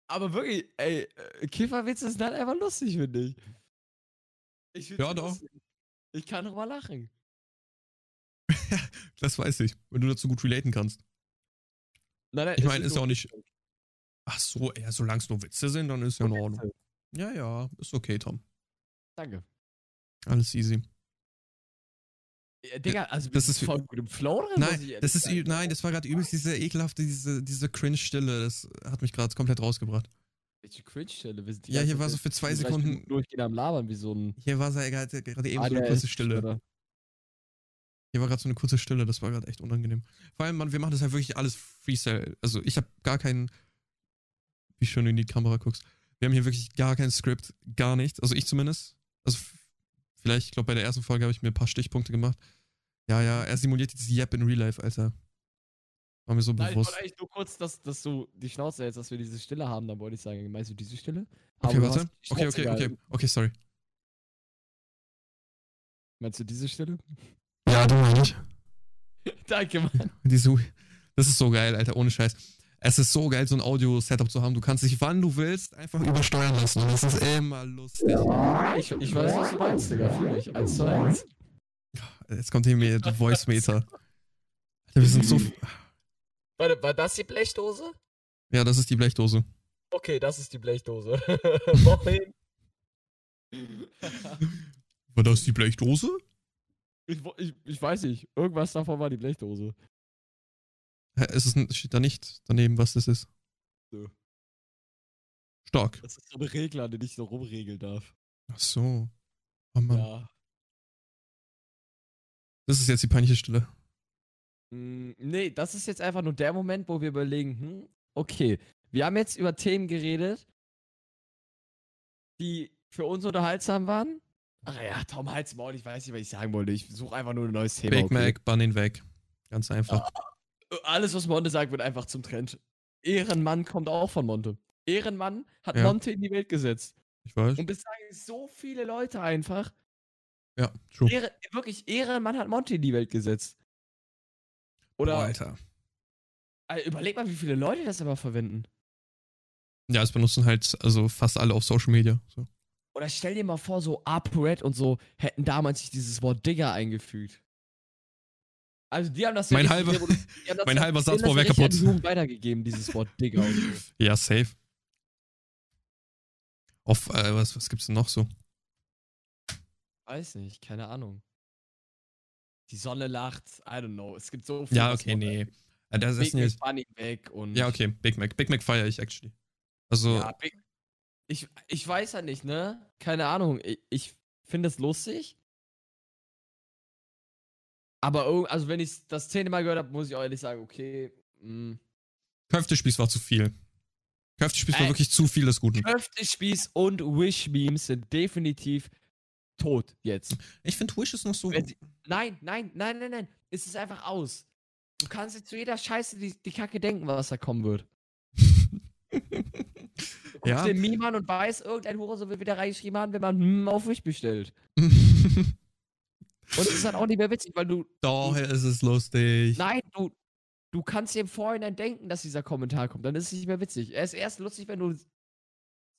[SPEAKER 2] Aber wirklich, ey, äh, Kifferwitz ist dann einfach lustig, finde ich. ich find's
[SPEAKER 1] Ja, doch.
[SPEAKER 2] lustig. Ich kann drüber lachen.
[SPEAKER 1] Das weiß ich, wenn du dazu gut relaten kannst.
[SPEAKER 2] Nein, nein,
[SPEAKER 1] Ich meine, ist ja
[SPEAKER 2] nur-
[SPEAKER 1] auch nicht. Ach so, ja, solange es nur Witze sind, dann ist ja in Ordnung. Ja, ja, ist okay, Tom.
[SPEAKER 2] Danke.
[SPEAKER 1] Alles easy.
[SPEAKER 2] Ja, Digga, also
[SPEAKER 1] das
[SPEAKER 2] wir
[SPEAKER 1] ist
[SPEAKER 2] sind voll gut im Flow drin. muss ich
[SPEAKER 1] Nein,
[SPEAKER 2] ehrlich
[SPEAKER 1] das ist,
[SPEAKER 2] sagen.
[SPEAKER 1] ü- nein, das war gerade übelst diese ekelhafte, diese, diese Cringe-Stille. Das hat mich gerade komplett rausgebracht.
[SPEAKER 2] Welche Cringe-Stelle? Wir sind die
[SPEAKER 1] Ja,
[SPEAKER 2] ganze
[SPEAKER 1] hier war
[SPEAKER 2] Zeit
[SPEAKER 1] so für zwei
[SPEAKER 2] drei Stunden
[SPEAKER 1] Sekunden,
[SPEAKER 2] Durchgehend am Labern wie so ein.
[SPEAKER 1] hier war so gerade gerade eben so eine
[SPEAKER 2] ADHS
[SPEAKER 1] kurze Stille.
[SPEAKER 2] oder-
[SPEAKER 1] Hier war gerade so eine kurze Stille, das war gerade echt unangenehm. Vor allem, man, wir machen das halt wirklich alles Freestyle. Also ich habe gar keinen, wie schön du in die Kamera guckst. Wir haben hier wirklich gar kein Skript, gar nichts. Also ich zumindest. Also f- vielleicht, ich glaube, bei der ersten Folge habe ich mir ein paar Stichpunkte gemacht. Ja, ja, er simuliert jetzt Yep in Real Life, Alter. War mir so
[SPEAKER 2] Nein, ich
[SPEAKER 1] bewusst.
[SPEAKER 2] wollte eigentlich nur kurz, dass, dass du die Schnauze hältst, dass wir diese Stille haben, dann wollte ich sagen, meinst du diese Stille?
[SPEAKER 1] Okay,
[SPEAKER 2] du
[SPEAKER 1] warte.
[SPEAKER 2] hast die
[SPEAKER 1] Okay,
[SPEAKER 2] Schnauze
[SPEAKER 1] okay, okay.
[SPEAKER 2] gehalten.
[SPEAKER 1] Okay, sorry.
[SPEAKER 2] Meinst du diese Stille?
[SPEAKER 1] Ja, du meinst.
[SPEAKER 2] Danke, Mann.
[SPEAKER 1] Die Su das ist so geil, Alter, ohne Scheiß. Es ist so geil, so ein Audio-Setup zu haben. Du kannst dich, wann du willst, einfach übersteuern lassen. Und das ist immer lustig.
[SPEAKER 2] Ich, ich weiß, was du meinst, Digga, für mich. Eins zu eins.
[SPEAKER 1] Jetzt kommt hier mir der Voice-Meter. Alter, wir sind so.
[SPEAKER 2] Warte, war das die Blechdose?
[SPEAKER 1] Ja, das ist die Blechdose.
[SPEAKER 2] Okay, das ist die Blechdose. Moin.
[SPEAKER 1] War das die Blechdose?
[SPEAKER 2] ich, wo- ich, ich weiß nicht, irgendwas davon war die Blechdose.
[SPEAKER 1] Hä, Ist es, ein- steht da nicht daneben, was das ist?
[SPEAKER 2] Nö.
[SPEAKER 1] Stark.
[SPEAKER 2] Das ist so eine Regel, an die ich so rumregeln darf.
[SPEAKER 1] Ach so. Oh Mann.
[SPEAKER 2] Ja.
[SPEAKER 1] Das ist jetzt die peinliche Stille.
[SPEAKER 2] Mm, Nee, das ist jetzt einfach nur der Moment, wo wir überlegen, hm, okay, wir haben jetzt über Themen geredet, die für uns unterhaltsam waren. Ach ja, Tom, halt's Maul, ich weiß nicht, was ich sagen wollte. Ich suche einfach nur ein neues Thema.
[SPEAKER 1] Big
[SPEAKER 2] Genau, okay?
[SPEAKER 1] Mac, bann ihn weg. Ganz einfach.
[SPEAKER 2] Äh, Alles, was Monte sagt, wird einfach zum Trend. Ehrenmann kommt auch von Monte. Ehrenmann hat
[SPEAKER 1] Ja.
[SPEAKER 2] Monte in die Welt gesetzt.
[SPEAKER 1] Ich weiß.
[SPEAKER 2] Und das sagen so viele Leute einfach.
[SPEAKER 1] Ja, true.
[SPEAKER 2] Ehre, wirklich, Ehrenmann hat Monte in die Welt gesetzt. Oder
[SPEAKER 1] Boah, Alter.
[SPEAKER 2] Äh, überleg mal, wie viele Leute das aber verwenden.
[SPEAKER 1] Ja, es benutzen halt also fast alle auf Social Media. So.
[SPEAKER 2] Oder stell dir mal vor, so ApoRed und so hätten damals nicht dieses Wort Digger eingefügt. Also die haben das
[SPEAKER 1] Mein
[SPEAKER 2] richtig
[SPEAKER 1] halber-
[SPEAKER 2] revolu- die haben das
[SPEAKER 1] mein
[SPEAKER 2] ja-
[SPEAKER 1] halber
[SPEAKER 2] die haben
[SPEAKER 1] Satz war
[SPEAKER 2] das
[SPEAKER 1] wär
[SPEAKER 2] ja richtig an die
[SPEAKER 1] kaputt.
[SPEAKER 2] Jugend weitergegeben, dieses Wort Digger. Und so.
[SPEAKER 1] Ja, safe. Auf, äh, was, was gibt's denn noch so?
[SPEAKER 2] Weiß nicht, keine Ahnung. Die Sonne lacht, I don't know. Es gibt so viel.
[SPEAKER 1] Ja,
[SPEAKER 2] was
[SPEAKER 1] okay,
[SPEAKER 2] man-
[SPEAKER 1] nee. Äh, Das
[SPEAKER 2] Big
[SPEAKER 1] ist jetzt,
[SPEAKER 2] Mac Bunny weg und.
[SPEAKER 1] ja, okay, Big Mac. Big Mac feiere ich actually. Also,
[SPEAKER 2] Ja, Big, ich, ich weiß ja nicht, ne? Keine Ahnung. Ich, ich finde es lustig. Aber irg- also wenn ich das zehnte Mal gehört habe, muss ich auch ehrlich sagen, okay. mm.
[SPEAKER 1] Köftespieß war zu viel. Köftespieß war
[SPEAKER 2] Ey.
[SPEAKER 1] wirklich zu viel des Guten.
[SPEAKER 2] Köftespieß und Wish-Memes sind definitiv tot jetzt.
[SPEAKER 1] Ich finde Wish ist noch so.
[SPEAKER 2] Wenn sie- Nein, nein, nein, nein, nein. Es ist einfach aus. Du kannst jetzt zu jeder Scheiße die, die Kacke denken, was da kommen wird. Du guckst
[SPEAKER 1] Ja.
[SPEAKER 2] den Meme an und weiß, irgendein Hurensohn wird wieder reingeschrieben haben, wenn man hm auf Wish bestellt. Und es ist dann auch nicht mehr witzig, weil du,
[SPEAKER 1] Doch, es ist lustig.
[SPEAKER 2] nein, du, du kannst dir im Vorhinein denken, dass dieser Kommentar kommt. Dann ist es nicht mehr witzig. Er ist erst lustig, wenn du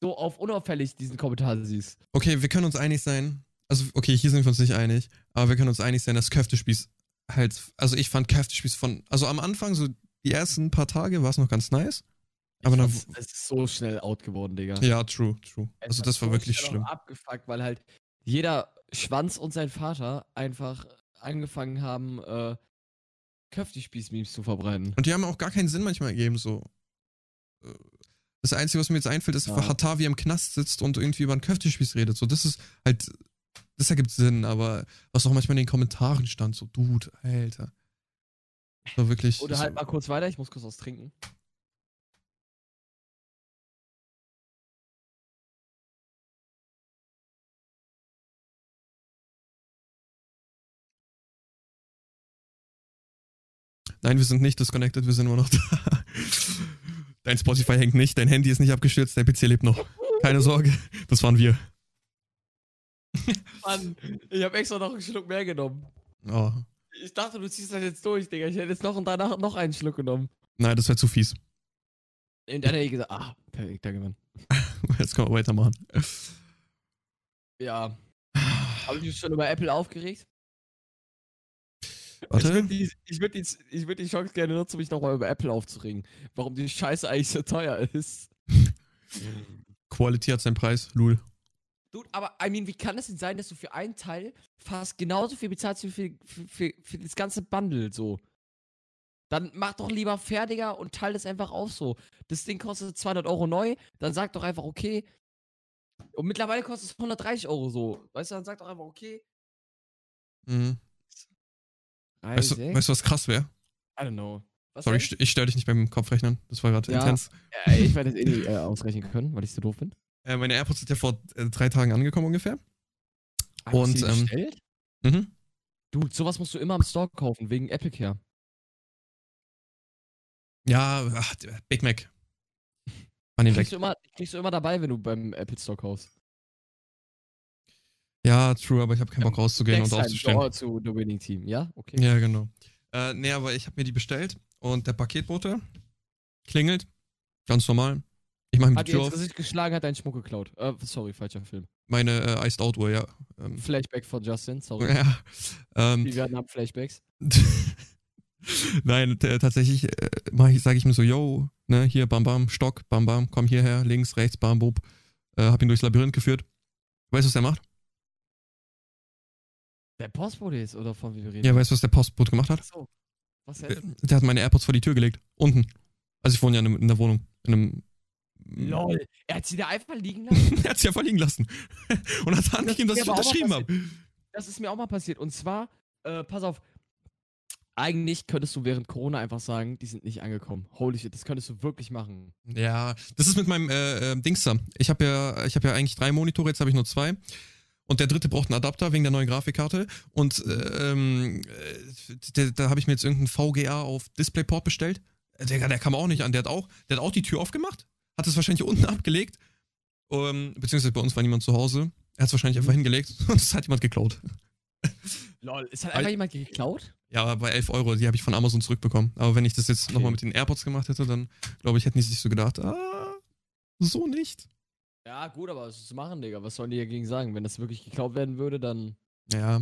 [SPEAKER 2] so auf unauffällig diesen Kommentar siehst.
[SPEAKER 1] Okay, wir können uns einig sein. Also, okay, hier sind wir uns nicht einig, aber wir können uns einig sein, dass Köftespieß halt. Also, ich fand Köftespieß von. Also, am Anfang, so die ersten paar Tage war es noch ganz nice. Aber dann,
[SPEAKER 2] es ist so schnell out geworden, Digga.
[SPEAKER 1] ja, true, true.
[SPEAKER 2] Es
[SPEAKER 1] Also
[SPEAKER 2] hat
[SPEAKER 1] das war
[SPEAKER 2] so
[SPEAKER 1] wirklich
[SPEAKER 2] schnell auch
[SPEAKER 1] schlimm.
[SPEAKER 2] Abgefuckt, weil halt jeder Schwanz und sein Vater einfach angefangen haben, äh, Köftespieß-Memes zu verbreiten.
[SPEAKER 1] Und die haben auch gar keinen Sinn manchmal gegeben, so. Äh, Das Einzige, was mir jetzt einfällt, ist,
[SPEAKER 2] Ja.
[SPEAKER 1] Hatavi im Knast sitzt und irgendwie über einen Köftespieß redet. So, das ist halt, das ergibt Sinn, aber was auch manchmal in den Kommentaren stand, so, Dude, Alter. So wirklich.
[SPEAKER 2] Oder halt
[SPEAKER 1] so,
[SPEAKER 2] mal kurz weiter, ich muss kurz was trinken.
[SPEAKER 1] Nein, wir sind nicht disconnected, wir sind immer noch da. Dein Spotify hängt nicht, dein Handy ist nicht abgestürzt, dein PC lebt noch. Keine Sorge, das waren wir.
[SPEAKER 2] Mann, ich habe extra noch einen Schluck mehr genommen.
[SPEAKER 1] Oh.
[SPEAKER 2] Ich dachte, du ziehst das jetzt durch, Digga. Ich hätte jetzt noch und danach noch einen Schluck genommen.
[SPEAKER 1] Nein, das wäre zu fies.
[SPEAKER 2] Und dann hätte ich gesagt, ah, perfekt, danke, Mann.
[SPEAKER 1] Jetzt können wir weitermachen.
[SPEAKER 2] Ja. Habe ich mich schon über Apple aufgeregt? Ich
[SPEAKER 1] Warte.
[SPEAKER 2] würde die, ich würd die, ich würd die Chance gerne nutzen, mich nochmal über Apple aufzuregen. Warum die Scheiße eigentlich so teuer ist.
[SPEAKER 1] Quality hat seinen Preis, Lul.
[SPEAKER 2] Dude, aber, I mean, wie kann das denn sein, dass du für einen Teil fast genauso viel bezahlst wie für, für, für, für das ganze Bundle so? Dann mach doch lieber fertiger und teile das einfach auf so. Das Ding kostet 200 Euro neu, dann sag doch einfach, okay. Und mittlerweile kostet es 130 Euro so. Weißt du, dann sag doch einfach, okay.
[SPEAKER 1] Mhm.
[SPEAKER 2] Drei,
[SPEAKER 1] Weißt, du,
[SPEAKER 2] sechs?
[SPEAKER 1] weißt du, was krass wäre?
[SPEAKER 2] I don't know. Was
[SPEAKER 1] Sorry,
[SPEAKER 2] denn?
[SPEAKER 1] ich, ich störe dich nicht beim Kopfrechnen. Das war gerade
[SPEAKER 2] Ja.
[SPEAKER 1] intens.
[SPEAKER 2] Äh, ich werde das eh nicht äh, ausrechnen können, weil ich so doof bin.
[SPEAKER 1] Äh, meine AirPods sind ja vor äh, drei Tagen angekommen ungefähr.
[SPEAKER 2] Aber hast du
[SPEAKER 1] Und,
[SPEAKER 2] die
[SPEAKER 1] ähm,
[SPEAKER 2] bestellt?
[SPEAKER 1] Mhm.
[SPEAKER 2] Dude, sowas musst du immer im Store kaufen, wegen AppleCare.
[SPEAKER 1] Ja, ach, der Big Mac. Mann,
[SPEAKER 2] Die
[SPEAKER 1] den
[SPEAKER 2] kriegst,
[SPEAKER 1] weg.
[SPEAKER 2] du immer, die kriegst du immer dabei, wenn du beim Apple Store kaufst.
[SPEAKER 1] Ja, true, aber ich habe keinen Bock rauszugehen und
[SPEAKER 2] Next time
[SPEAKER 1] aufzustehen.
[SPEAKER 2] door zu The Winning Team, ja? Okay.
[SPEAKER 1] Ja, genau. Äh, nee, aber ich habe mir die bestellt und der Paketbote klingelt. Ganz normal. Ich mache mir
[SPEAKER 2] Hat
[SPEAKER 1] die
[SPEAKER 2] ihr
[SPEAKER 1] Tür
[SPEAKER 2] ins
[SPEAKER 1] auf.
[SPEAKER 2] Gesicht geschlagen, hat deinen Schmuck geklaut. Äh, sorry, falscher Film.
[SPEAKER 1] Meine äh, Iced-Out-Uhr, ja. Ähm,
[SPEAKER 2] Flashback von Justin, sorry.
[SPEAKER 1] ja. Ähm,
[SPEAKER 2] Wir werden ab Flashbacks.
[SPEAKER 1] Nein, t- tatsächlich äh, mach ich, sage ich mir so, yo, ne, hier, bam, bam, Stock, bam, bam, komm hierher, links, rechts, bam, bob. Äh, hab ihn durchs Labyrinth geführt. Weißt du, was er macht?
[SPEAKER 2] Der Postbote ist, oder von wie wir reden?
[SPEAKER 1] Ja, weißt du, was der Postbote gemacht hat?
[SPEAKER 2] Achso. Was
[SPEAKER 1] Äh,
[SPEAKER 2] denn?
[SPEAKER 1] Der hat meine AirPods vor die Tür gelegt. Unten. Also ich wohne ja in, einem, in der Wohnung. In einem.
[SPEAKER 2] Lol. Er hat sie da einfach liegen lassen.
[SPEAKER 1] er hat sie einfach liegen lassen. Und hat angegeben, dass
[SPEAKER 2] ist
[SPEAKER 1] ich
[SPEAKER 2] mir aber auch
[SPEAKER 1] unterschrieben
[SPEAKER 2] mal
[SPEAKER 1] habe.
[SPEAKER 2] Das ist mir auch mal passiert. Und zwar, äh, pass auf. Eigentlich könntest du während Corona einfach sagen, die sind nicht angekommen. Holy shit, das könntest du wirklich machen.
[SPEAKER 1] Ja, das ist mit meinem äh, äh, Dings da. Ich habe ja, ich hab ja eigentlich drei Monitore, jetzt habe ich nur zwei. Und der dritte braucht einen Adapter wegen der neuen Grafikkarte. Und äh, ähm, äh, der- da habe ich mir jetzt irgendeinen VGA auf DisplayPort bestellt. Äh, Der, der kam auch nicht an. Der hat auch, der hat auch die Tür aufgemacht, hat es wahrscheinlich unten abgelegt. Ähm, beziehungsweise bei uns war niemand zu Hause. Er hat es wahrscheinlich
[SPEAKER 2] Mhm.
[SPEAKER 1] einfach hingelegt und es hat jemand geklaut.
[SPEAKER 2] Lol, es hat
[SPEAKER 1] Al-
[SPEAKER 2] einfach jemand geklaut?
[SPEAKER 1] Ja, aber bei 11 Euro, die habe ich von Amazon zurückbekommen. Aber wenn ich das jetzt nochmal mit den AirPods gemacht hätte, dann glaube ich, hätten die sich so gedacht, ah, so nicht.
[SPEAKER 2] Ja, gut, aber was zu machen, Digga? Was sollen die dagegen sagen? Wenn das wirklich geklaut werden würde, dann.
[SPEAKER 1] Ja.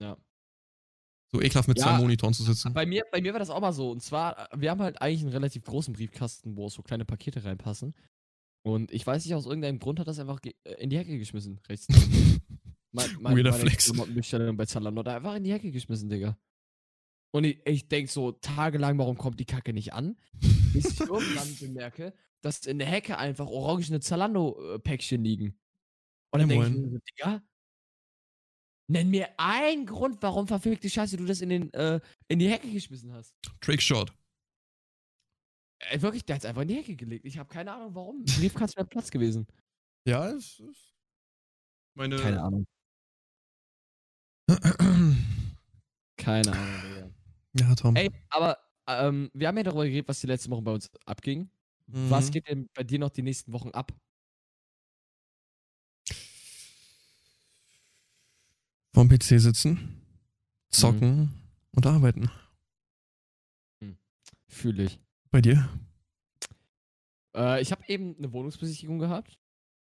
[SPEAKER 2] Ja.
[SPEAKER 1] So ekelhaft mit
[SPEAKER 2] Ja.
[SPEAKER 1] zwei Monitoren zu sitzen.
[SPEAKER 2] Bei mir, bei mir war das auch mal so. Und zwar, äh, wir haben halt eigentlich einen relativ großen Briefkasten, wo so kleine Pakete reinpassen. Und ich weiß nicht, aus irgendeinem Grund hat das einfach ge- äh, in die Hecke geschmissen. Rechts. mein,
[SPEAKER 1] Weirder Flex.
[SPEAKER 2] Klamottenbestellung bei Zalando, da einfach in die Hecke geschmissen, Digga. Und ich, ich denke so tagelang, warum kommt die Kacke nicht an? Bis ich irgendwann bemerke, dass in der Hecke einfach orangene Zalando-Päckchen liegen. Und dann
[SPEAKER 1] Ja,
[SPEAKER 2] denke ich
[SPEAKER 1] moin.
[SPEAKER 2] mir so, Digga, nenn mir einen Grund, warum verfickte Scheiße du das in, den, äh, in die Hecke geschmissen hast.
[SPEAKER 1] Trickshot.
[SPEAKER 2] Ey, wirklich, der hat es einfach in die Hecke gelegt. Ich habe keine Ahnung, warum. Briefkasten wäre Platz gewesen.
[SPEAKER 1] Ja, es ist. Meine.
[SPEAKER 2] Ahnung. Keine Ahnung, Digga.
[SPEAKER 1] ja, Tom.
[SPEAKER 2] Ey, aber ähm, wir haben ja darüber geredet, was die letzten Wochen bei uns abging.
[SPEAKER 1] Mhm.
[SPEAKER 2] Was geht denn bei dir noch die nächsten Wochen ab?
[SPEAKER 1] Vom PC sitzen, zocken
[SPEAKER 2] Mhm.
[SPEAKER 1] und arbeiten.
[SPEAKER 2] Fühle ich.
[SPEAKER 1] Bei dir?
[SPEAKER 2] Äh, ich habe eben eine Wohnungsbesichtigung gehabt,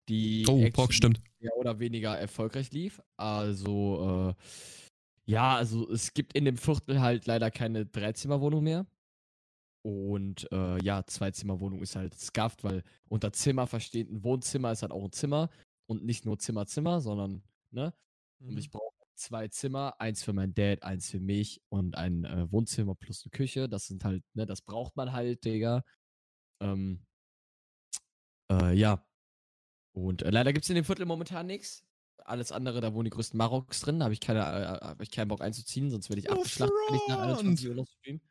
[SPEAKER 2] die
[SPEAKER 1] Oh,
[SPEAKER 2] actually
[SPEAKER 1] Brock, stimmt.
[SPEAKER 2] mehr oder weniger erfolgreich lief. Also, äh, ja, also es gibt in dem Viertel halt leider keine Dreizimmerwohnung mehr. Und äh, ja, Zwei-Zimmer-Wohnung ist halt scuffed, weil unter Zimmer versteht ein Wohnzimmer ist halt auch ein Zimmer und nicht nur Zimmer, Zimmer, sondern, ne? Und ich brauche zwei Zimmer, eins für meinen Dad, eins für mich und ein äh, Wohnzimmer plus eine Küche. Das sind halt, ne, das braucht man halt, Digga. Ähm, äh, ja. Und äh, leider gibt es in dem Viertel momentan nichts. Alles andere, da wohnen die größten Maroks drin. Da habe ich, keine, äh, hab ich keinen Bock einzuziehen, sonst werde ich
[SPEAKER 1] No
[SPEAKER 2] abgeschlachtet, wenn ich nach 21 Uhr noch stream.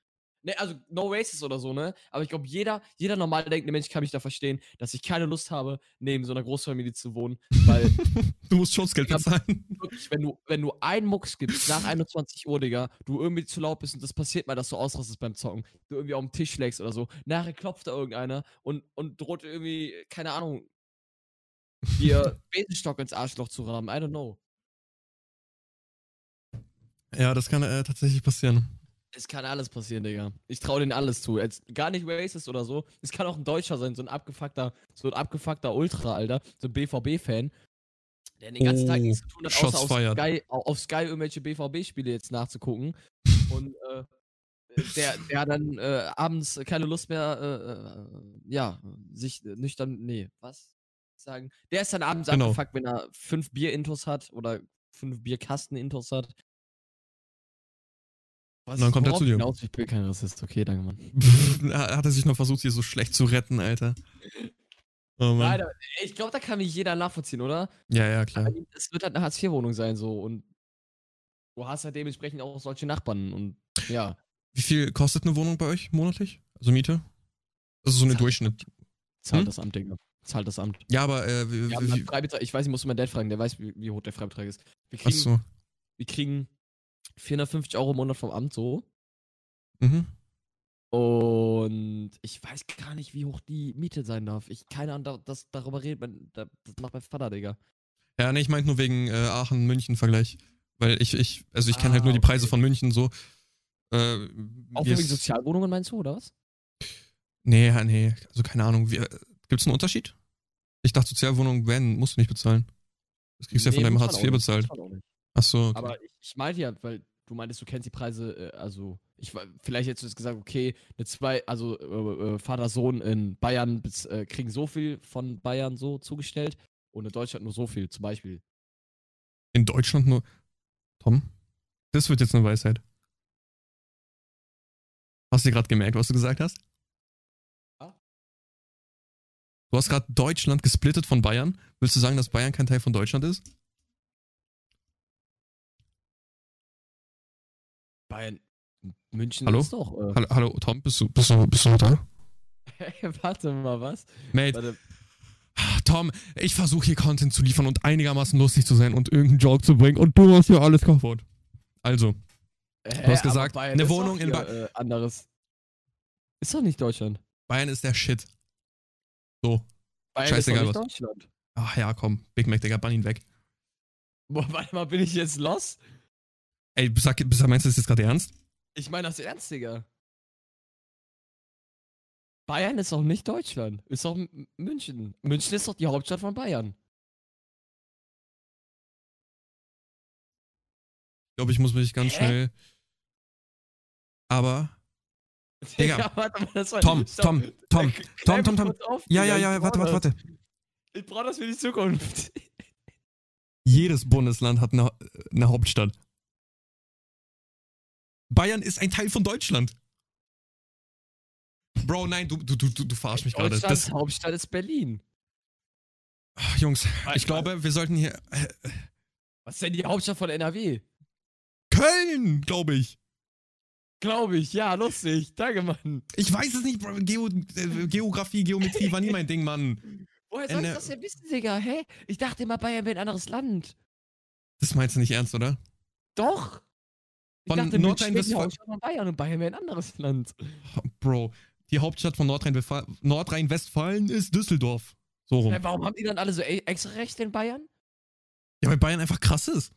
[SPEAKER 2] Ne, also no racist oder so, ne? Aber ich glaube, jeder, jeder normal denkende Mensch kann mich da verstehen, dass ich keine Lust habe, neben so einer Großfamilie zu wohnen, weil
[SPEAKER 1] Du musst Schutzgeld
[SPEAKER 2] Ja.
[SPEAKER 1] bezahlen.
[SPEAKER 2] wirklich, wenn du, wenn du einen Mucks gibst nach 21 Uhr, Digga, du irgendwie zu laut bist und das passiert mal, dass du ausrastest beim Zocken, du irgendwie auf den Tisch schlägst oder so, nachher klopft da irgendeiner und, und droht irgendwie, keine Ahnung, dir Besenstock ins Arschloch zu rammen. I don't know.
[SPEAKER 1] Ja, das kann äh, tatsächlich passieren.
[SPEAKER 2] Es kann alles passieren, Digga. Ich traue denen alles zu. Jetzt gar nicht racist oder so. Es kann auch ein Deutscher sein, so ein abgefuckter, so ein abgefuckter Ultra, Alter. So ein BVB-Fan. Der den ganzen Tag
[SPEAKER 1] Oh,
[SPEAKER 2] nichts zu tun hat,
[SPEAKER 1] Shots
[SPEAKER 2] außer auf
[SPEAKER 1] fired.
[SPEAKER 2] Sky, au- auf Sky irgendwelche BVB-Spiele jetzt nachzugucken. Und äh, der, der dann äh, abends keine Lust mehr, äh, äh, ja, sich nüchtern, nee, was sagen? Der ist dann abends
[SPEAKER 1] Genau.
[SPEAKER 2] abgefuckt, wenn er fünf Bier-Intos hat oder fünf Bierkasten-Intos hat. Was
[SPEAKER 1] Und dann kommt er zu
[SPEAKER 2] worauf
[SPEAKER 1] dir.
[SPEAKER 2] Hinaus, genau? ich bin kein Rassist, okay, danke, Mann.
[SPEAKER 1] Hat er sich noch versucht, hier so schlecht zu retten, Alter. Oh Mann.
[SPEAKER 2] Leider, ich glaube, da kann mich jeder nachvollziehen, oder?
[SPEAKER 1] Ja, ja, klar.
[SPEAKER 2] Aber Es wird halt eine Hartz-IV-Wohnung sein, so. Und du hast halt dementsprechend auch solche Nachbarn. Und ja,
[SPEAKER 1] Wie viel kostet eine Wohnung bei euch monatlich? Also Miete? Also so eine
[SPEAKER 2] Sag-
[SPEAKER 1] Durchschnitt.
[SPEAKER 2] zahlt
[SPEAKER 1] Hm?
[SPEAKER 2] das Amt, Digga. Zahlt das Amt.
[SPEAKER 1] Ja, aber äh, wie,
[SPEAKER 2] Wir haben
[SPEAKER 1] wie,
[SPEAKER 2] einen Freibetrag. Ich weiß, ich muss meinen Dad fragen, der weiß, wie, wie hoch der Freibetrag ist. Wir kriegen,
[SPEAKER 1] achso.
[SPEAKER 2] wir kriegen 450 Euro im Monat vom Amt, so.
[SPEAKER 1] Mhm.
[SPEAKER 2] Und ich weiß gar nicht, wie hoch die Miete sein darf. Ich, keine Ahnung, da- das, darüber redet man, da- das macht mein Vater, Digga.
[SPEAKER 1] Ja, nee, ich meinte nur wegen äh, Aachen-München-Vergleich. Weil ich, ich, also ich kenne
[SPEAKER 2] Ah,
[SPEAKER 1] halt nur die Preise
[SPEAKER 2] okay.
[SPEAKER 1] von München so. Äh,
[SPEAKER 2] Auch
[SPEAKER 1] wie
[SPEAKER 2] wegen
[SPEAKER 1] es-
[SPEAKER 2] Sozialwohnungen meinst du, oder was?
[SPEAKER 1] Nee, ja, nee, also keine Ahnung. Wie, äh, Gibt es einen Unterschied? Ich dachte, Sozialwohnung, wenn, musst du nicht bezahlen. Das kriegst du ja
[SPEAKER 2] Nee,
[SPEAKER 1] von deinem
[SPEAKER 2] muss man
[SPEAKER 1] Hartz
[SPEAKER 2] auch
[SPEAKER 1] IV
[SPEAKER 2] nicht, muss
[SPEAKER 1] bezahlt.
[SPEAKER 2] man auch nicht.
[SPEAKER 1] Achso, okay.
[SPEAKER 2] Aber ich, ich meinte ja, weil du meintest, du kennst die Preise, äh, also ich wa- vielleicht hättest du jetzt gesagt, okay, eine zwei, also äh, äh, Vater Sohn in Bayern bez- äh, kriegen so viel von Bayern so zugestellt und in Deutschland nur so viel, zum Beispiel.
[SPEAKER 1] in Deutschland nur. Tom, das wird jetzt eine Weisheit. Hast du gerade gemerkt, was du gesagt hast?
[SPEAKER 2] Ja.
[SPEAKER 1] Du hast gerade Deutschland gesplittet von Bayern. Willst du sagen, dass Bayern kein Teil von Deutschland ist?
[SPEAKER 2] Bayern, München
[SPEAKER 1] Hallo?
[SPEAKER 2] ist doch. Äh,
[SPEAKER 1] Hallo, hallo Tom, bist du, bist, du, bist du noch da?
[SPEAKER 2] warte mal, was?
[SPEAKER 1] Mate,
[SPEAKER 2] Warte,
[SPEAKER 1] Tom, ich versuche hier Content zu liefern und einigermaßen lustig zu sein und irgendeinen Joke zu bringen und du hast hier alles kaputt. Also,
[SPEAKER 2] Du
[SPEAKER 1] hast gesagt, eine Wohnung in Ba-
[SPEAKER 2] Äh, anderes. Ist doch nicht Deutschland.
[SPEAKER 1] Bayern ist der Shit. So.
[SPEAKER 2] Bayern
[SPEAKER 1] Scheißegal,
[SPEAKER 2] ist doch
[SPEAKER 1] was-
[SPEAKER 2] nicht Deutschland.
[SPEAKER 1] Ach ja, komm, Big Mac, Digga, bann ihn weg.
[SPEAKER 2] Boah, warte mal, bin ich jetzt los?
[SPEAKER 1] Ey, sag, sag- meinst du das jetzt gerade ernst?
[SPEAKER 2] Ich meine das ernst, Digga. Bayern ist doch nicht Deutschland. Ist doch M- München. München ist doch die Hauptstadt von Bayern.
[SPEAKER 1] Ich glaube, ich muss mich ganz
[SPEAKER 2] Hä?
[SPEAKER 1] schnell. Aber. Digga,
[SPEAKER 2] warte mal, das war
[SPEAKER 1] Tom,
[SPEAKER 2] Stopp.
[SPEAKER 1] Tom, Tom, Tom,
[SPEAKER 2] Äh, klär
[SPEAKER 1] Tom,
[SPEAKER 2] mich
[SPEAKER 1] Tom.
[SPEAKER 2] kurz auf,
[SPEAKER 1] Ja, ja,
[SPEAKER 2] Digga, ich
[SPEAKER 1] ja, warte,
[SPEAKER 2] brauch
[SPEAKER 1] warte,
[SPEAKER 2] das.
[SPEAKER 1] warte.
[SPEAKER 2] Ich brauche das für die Zukunft.
[SPEAKER 1] Jedes Bundesland hat eine, eine Hauptstadt. Bayern ist ein Teil von Deutschland. Bro, nein, du, du, du, du du verarsch mich gerade.
[SPEAKER 2] Deutschlands
[SPEAKER 1] Das-
[SPEAKER 2] Hauptstadt ist Berlin.
[SPEAKER 1] Ach, Jungs, ich glaube, wir sollten hier. äh,
[SPEAKER 2] Was ist denn die Hauptstadt von NRW?
[SPEAKER 1] Köln, glaube ich.
[SPEAKER 2] Glaube ich, ja, lustig. Danke, Mann.
[SPEAKER 1] Ich weiß es nicht, Bro. Geo, äh, Geografie, Geometrie war nie mein Ding, Mann.
[SPEAKER 2] Woher soll ich
[SPEAKER 1] NR
[SPEAKER 2] das denn wissen, Digga? Hä? Ich dachte immer, Bayern wäre ein anderes Land.
[SPEAKER 1] Das meinst du nicht ernst, oder?
[SPEAKER 2] Doch. Ich
[SPEAKER 1] Von
[SPEAKER 2] dachte, München wäre die
[SPEAKER 1] Nordrhein-Westfalen-
[SPEAKER 2] Hauptstadt von Bayern und Bayern wäre ein anderes Land.
[SPEAKER 1] Bro, die Hauptstadt von Nordrhein-Westfal- Nordrhein-Westfalen ist Düsseldorf. So rum.
[SPEAKER 2] Hä, warum haben die dann alle so e- extra Rechte in Bayern?
[SPEAKER 1] Ja, weil Bayern einfach krass ist.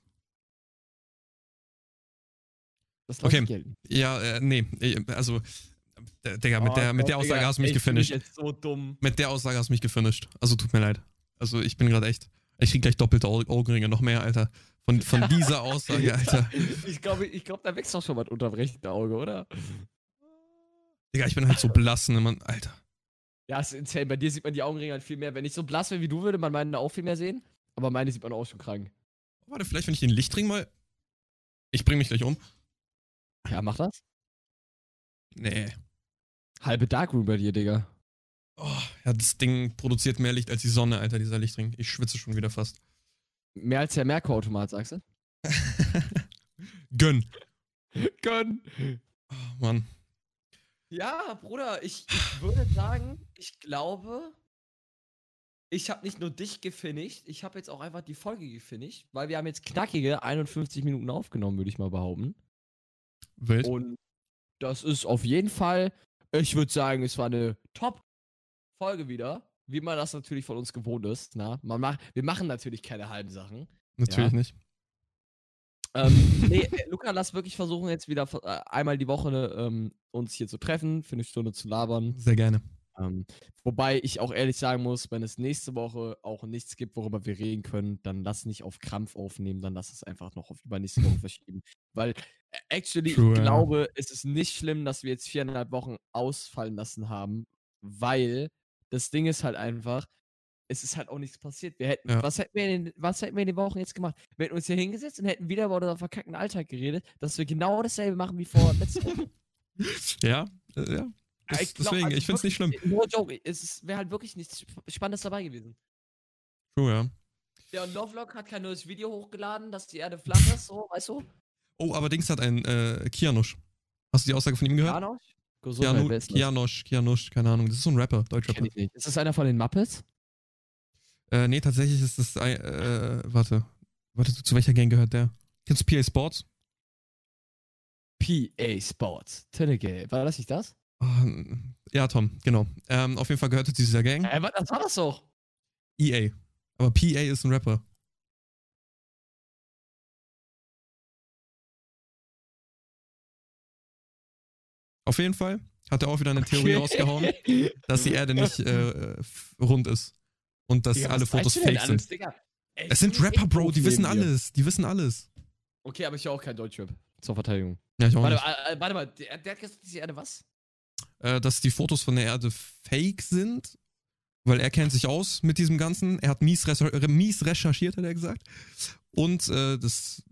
[SPEAKER 2] Das
[SPEAKER 1] Okay.
[SPEAKER 2] ich gelten.
[SPEAKER 1] Ja, äh, nee, äh, also, äh, Digga, mit, der, mit
[SPEAKER 2] Oh,
[SPEAKER 1] der Aussage hast du mich gefinisht.
[SPEAKER 2] jetzt so dumm.
[SPEAKER 1] Mit der Aussage hast du mich gefinisht. Also, tut mir leid. Also, ich bin gerade echt, ich krieg gleich doppelte Au- Augenringe, noch mehr, Alter. Von, von dieser Aussage, Alter.
[SPEAKER 2] Ich glaube, ich glaub, da wächst doch schon mal ein unterbrechender Auge, oder?
[SPEAKER 1] Digga, ich bin halt so blass, ne, Mann. Alter.
[SPEAKER 2] Ja, ist insane. Bei dir sieht man die Augenringe halt viel mehr. Wenn ich so blass wäre wie du, würde man meine auch viel mehr sehen. Aber meine sieht man auch schon krank.
[SPEAKER 1] Oh, warte, vielleicht, wenn ich den Lichtring mal. Ich bring mich gleich um.
[SPEAKER 2] Ja, mach das.
[SPEAKER 1] Nee.
[SPEAKER 2] Halbe Darkroom bei dir, Digga.
[SPEAKER 1] Oh, ja, das Ding produziert mehr Licht als die Sonne, Alter, dieser Lichtring. Ich schwitze schon wieder fast.
[SPEAKER 2] Mehr als der Merkur-Automat, sagst du?
[SPEAKER 1] Gönn.
[SPEAKER 2] Gönn.
[SPEAKER 1] Oh, Mann.
[SPEAKER 2] Ja, Bruder, ich, ich würde sagen, ich glaube, ich habe nicht nur dich gefinisht, ich habe jetzt auch einfach die Folge gefinisht, weil wir haben jetzt knackige 51 Minuten aufgenommen, würde ich mal behaupten.
[SPEAKER 1] Wild.
[SPEAKER 2] Und das ist auf jeden Fall, ich würde sagen, es war eine Top-Folge wieder, wie man das natürlich von uns gewohnt ist. Na? Man macht, wir machen natürlich keine halben Sachen.
[SPEAKER 1] Natürlich nicht.
[SPEAKER 2] Ähm, nee, äh, Luca, lass wirklich versuchen, jetzt wieder äh, einmal die Woche ähm, uns hier zu treffen, für eine Stunde zu labern.
[SPEAKER 1] Sehr gerne.
[SPEAKER 2] Ähm, wobei ich auch ehrlich sagen muss, wenn es nächste Woche auch nichts gibt, worüber wir reden können, dann lass nicht auf Krampf aufnehmen, dann lass es einfach noch auf übernächste Woche verschieben. Weil, äh, actually,
[SPEAKER 1] True,
[SPEAKER 2] ich
[SPEAKER 1] ja.
[SPEAKER 2] glaube, es ist nicht schlimm, dass wir jetzt viereinhalb Wochen ausfallen lassen haben, weil das Ding ist halt einfach, es ist halt auch nichts passiert. Wir hätten,
[SPEAKER 1] Ja.
[SPEAKER 2] was, hätten wir in den, was hätten wir in den Wochen jetzt gemacht? Wir hätten uns hier hingesetzt und hätten wieder über unseren verkackten Alltag geredet, dass wir genau dasselbe machen wie vor letzter Woche.
[SPEAKER 1] Ja, äh, ja. Das,
[SPEAKER 2] ich glaub,
[SPEAKER 1] deswegen,
[SPEAKER 2] also
[SPEAKER 1] ich find's nicht schlimm.
[SPEAKER 2] No joke, es wäre halt wirklich nichts Sp- Spannendes dabei gewesen.
[SPEAKER 1] True, ja.
[SPEAKER 2] Ja, und Lovelock hat kein neues Video hochgeladen, dass die Erde flach ist, so, weißt du?
[SPEAKER 1] Oh, aber Dings hat einen äh, Kianosch. Hast du die Aussage von ihm gehört?
[SPEAKER 2] Janosch?
[SPEAKER 1] Kianu,
[SPEAKER 2] Gesundheit, wer ist das?
[SPEAKER 1] Kianosch, Kianosch, keine Ahnung. Das ist so ein Rapper,
[SPEAKER 2] Kenn
[SPEAKER 1] Deutschrapper.
[SPEAKER 2] ich nicht. Ist das einer von den Muppets?
[SPEAKER 1] Äh, nee, tatsächlich ist das. ein- Äh, warte. Warte, zu welcher Gang gehört der? Kennst du PA Sports?
[SPEAKER 2] PA Sports. Tennegale. War das nicht das?
[SPEAKER 1] Ah, n- ja, Tom, genau. Ähm, auf jeden Fall gehört er zu dieser Gang.
[SPEAKER 2] Äh, was, das war das doch.
[SPEAKER 1] EA. E Aber PA ist ein Rapper. Auf jeden Fall hat er auch wieder eine Theorie rausgehauen, dass die Erde nicht äh, f- rund ist. Und dass alle Fotos fake sind. Es sind Rapper, Bro, die wissen alles. Die wissen alles.
[SPEAKER 2] Okay, aber ich höre auch kein Deutschrap. Zur Verteidigung.
[SPEAKER 1] Ja, ich auch
[SPEAKER 2] Warte,
[SPEAKER 1] nicht.
[SPEAKER 2] mal, äh, warte mal, der, der hat gesagt, dass die Erde was?
[SPEAKER 1] Äh, dass die Fotos von der Erde fake sind, weil er kennt sich aus mit diesem Ganzen. Er hat mies, recher äh, mies recherchiert, hat er gesagt. Und äh, das,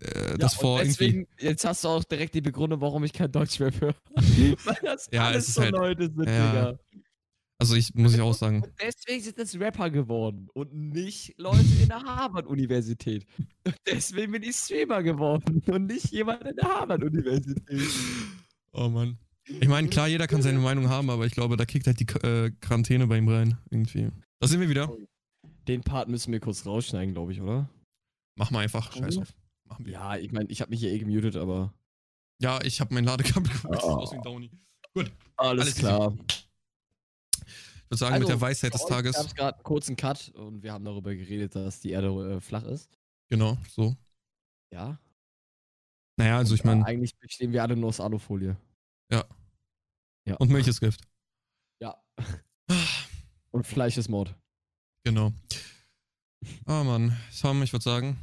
[SPEAKER 1] äh, das
[SPEAKER 2] Ja, und
[SPEAKER 1] vor irgendwie.
[SPEAKER 2] deswegen, jetzt hast du auch direkt die Begründung, warum ich kein Deutschrap höre. Weil das
[SPEAKER 1] Ja, es
[SPEAKER 2] alles
[SPEAKER 1] ist
[SPEAKER 2] so
[SPEAKER 1] halt-
[SPEAKER 2] Leute sind,
[SPEAKER 1] ja.
[SPEAKER 2] Digga.
[SPEAKER 1] Also ich muss ich auch sagen.
[SPEAKER 2] Und deswegen sind es Rapper geworden und nicht Leute in der Harvard-Universität. Und deswegen bin ich Streamer geworden und nicht jemand in der Harvard-Universität.
[SPEAKER 1] Oh Mann. Ich meine, klar, jeder kann seine Meinung haben, aber ich glaube, da kickt halt die Qu- äh, Quarantäne bei ihm rein. Irgendwie. Da sind wir wieder.
[SPEAKER 2] Den Part müssen wir kurz rausschneiden, glaube ich, oder?
[SPEAKER 1] Machen wir einfach. Scheiß drauf. Machen wir.
[SPEAKER 2] Ja, ich meine, ich habe mich hier eh gemutet, aber.
[SPEAKER 1] Ja, ich habe mein Ladekabel geholt. Das sieht
[SPEAKER 2] Oh.
[SPEAKER 1] aus wie ein Downy.
[SPEAKER 2] Alles,
[SPEAKER 1] Alles
[SPEAKER 2] klar.
[SPEAKER 1] Ich würde sagen, mit
[SPEAKER 2] Also,
[SPEAKER 1] der Weisheit des
[SPEAKER 2] Ich habe
[SPEAKER 1] Tages.
[SPEAKER 2] gerade einen kurzen Cut und wir haben darüber geredet, dass die Erde äh, flach ist.
[SPEAKER 1] Genau, so.
[SPEAKER 2] Ja.
[SPEAKER 1] Naja, also ich
[SPEAKER 2] Ja,
[SPEAKER 1] meine,
[SPEAKER 2] eigentlich bestehen wir alle nur aus Alufolie.
[SPEAKER 1] und Milch ist Ah. Gift.
[SPEAKER 2] Ja. Und Fleisch ist Mord.
[SPEAKER 1] Genau. Ah, Mann. Sam, ich würde sagen,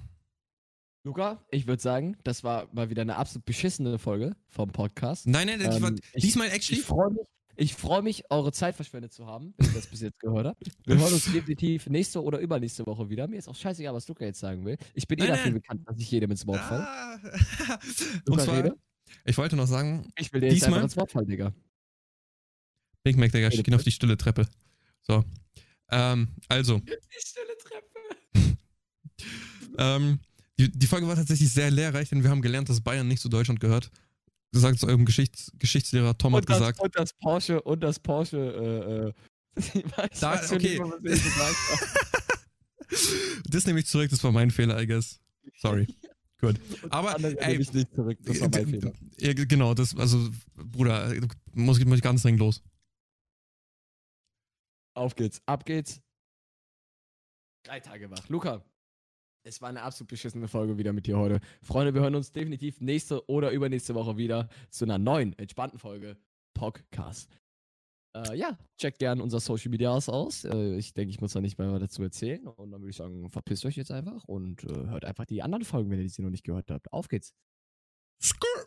[SPEAKER 2] Luca, ich würde sagen, das war mal wieder eine absolut beschissene Folge vom Podcast.
[SPEAKER 1] Nein, nein, ich
[SPEAKER 2] Ähm,
[SPEAKER 1] war,
[SPEAKER 2] ich-
[SPEAKER 1] diesmal actually.
[SPEAKER 2] Ich freue mich, ich freu mich, eure Zeit verschwendet zu haben, wenn ihr das bis jetzt gehört habt. Wir hören uns definitiv nächste oder übernächste Woche wieder. Mir ist auch scheißegal, was Luca jetzt sagen will. Ich bin eh
[SPEAKER 1] Nein,
[SPEAKER 2] dafür
[SPEAKER 1] nein.
[SPEAKER 2] bekannt, dass ich jedem ins Wort falle.
[SPEAKER 1] Ah. Und
[SPEAKER 2] Luca,
[SPEAKER 1] zwar,
[SPEAKER 2] rede.
[SPEAKER 1] ich wollte noch sagen,
[SPEAKER 2] Ich will dir jetzt
[SPEAKER 1] diesmal-
[SPEAKER 2] einfach ins Wort fallen, Digga.
[SPEAKER 1] Big Mac, Digga,
[SPEAKER 2] Rede
[SPEAKER 1] schick ihn auf die stille Treppe. So. Ähm, also,
[SPEAKER 2] Die stille Treppe.
[SPEAKER 1] ähm, die, die Folge war tatsächlich sehr lehrreich, denn wir haben gelernt, dass Bayern nicht zu Deutschland gehört. Gesagt zu eurem Geschichts Geschichtslehrer Tom hat
[SPEAKER 2] Und das,
[SPEAKER 1] gesagt.
[SPEAKER 2] und das Porsche, und das Porsche, äh, äh. Ich weiß
[SPEAKER 1] Da-
[SPEAKER 2] schon
[SPEAKER 1] okay.
[SPEAKER 2] nicht mehr, was ich gesagt habe.
[SPEAKER 1] Das nehme ich zurück, das war mein Fehler, I guess. Sorry.
[SPEAKER 2] Und
[SPEAKER 1] Aber,
[SPEAKER 2] andere
[SPEAKER 1] ey,
[SPEAKER 2] nehme ich nicht zurück. Das war mein
[SPEAKER 1] Äh,
[SPEAKER 2] Fehler.
[SPEAKER 1] Ja, g- genau, das, also, Bruder, äh, muss, ich- muss ich ganz dringend los.
[SPEAKER 2] Auf geht's, ab geht's. Drei Tage wach. Luca, es war eine absolut beschissene Folge wieder mit dir heute. Freunde, wir hören uns definitiv nächste oder übernächste Woche wieder zu einer neuen, entspannten Folge Podcast. Äh, ja, checkt gerne unser Social Media aus. Äh, ich denke, ich muss da nicht mehr dazu erzählen. Und dann würde ich sagen, verpisst euch jetzt einfach und äh, hört einfach die anderen Folgen, wenn ihr diese noch nicht gehört habt. Auf geht's.
[SPEAKER 1] Skrrr.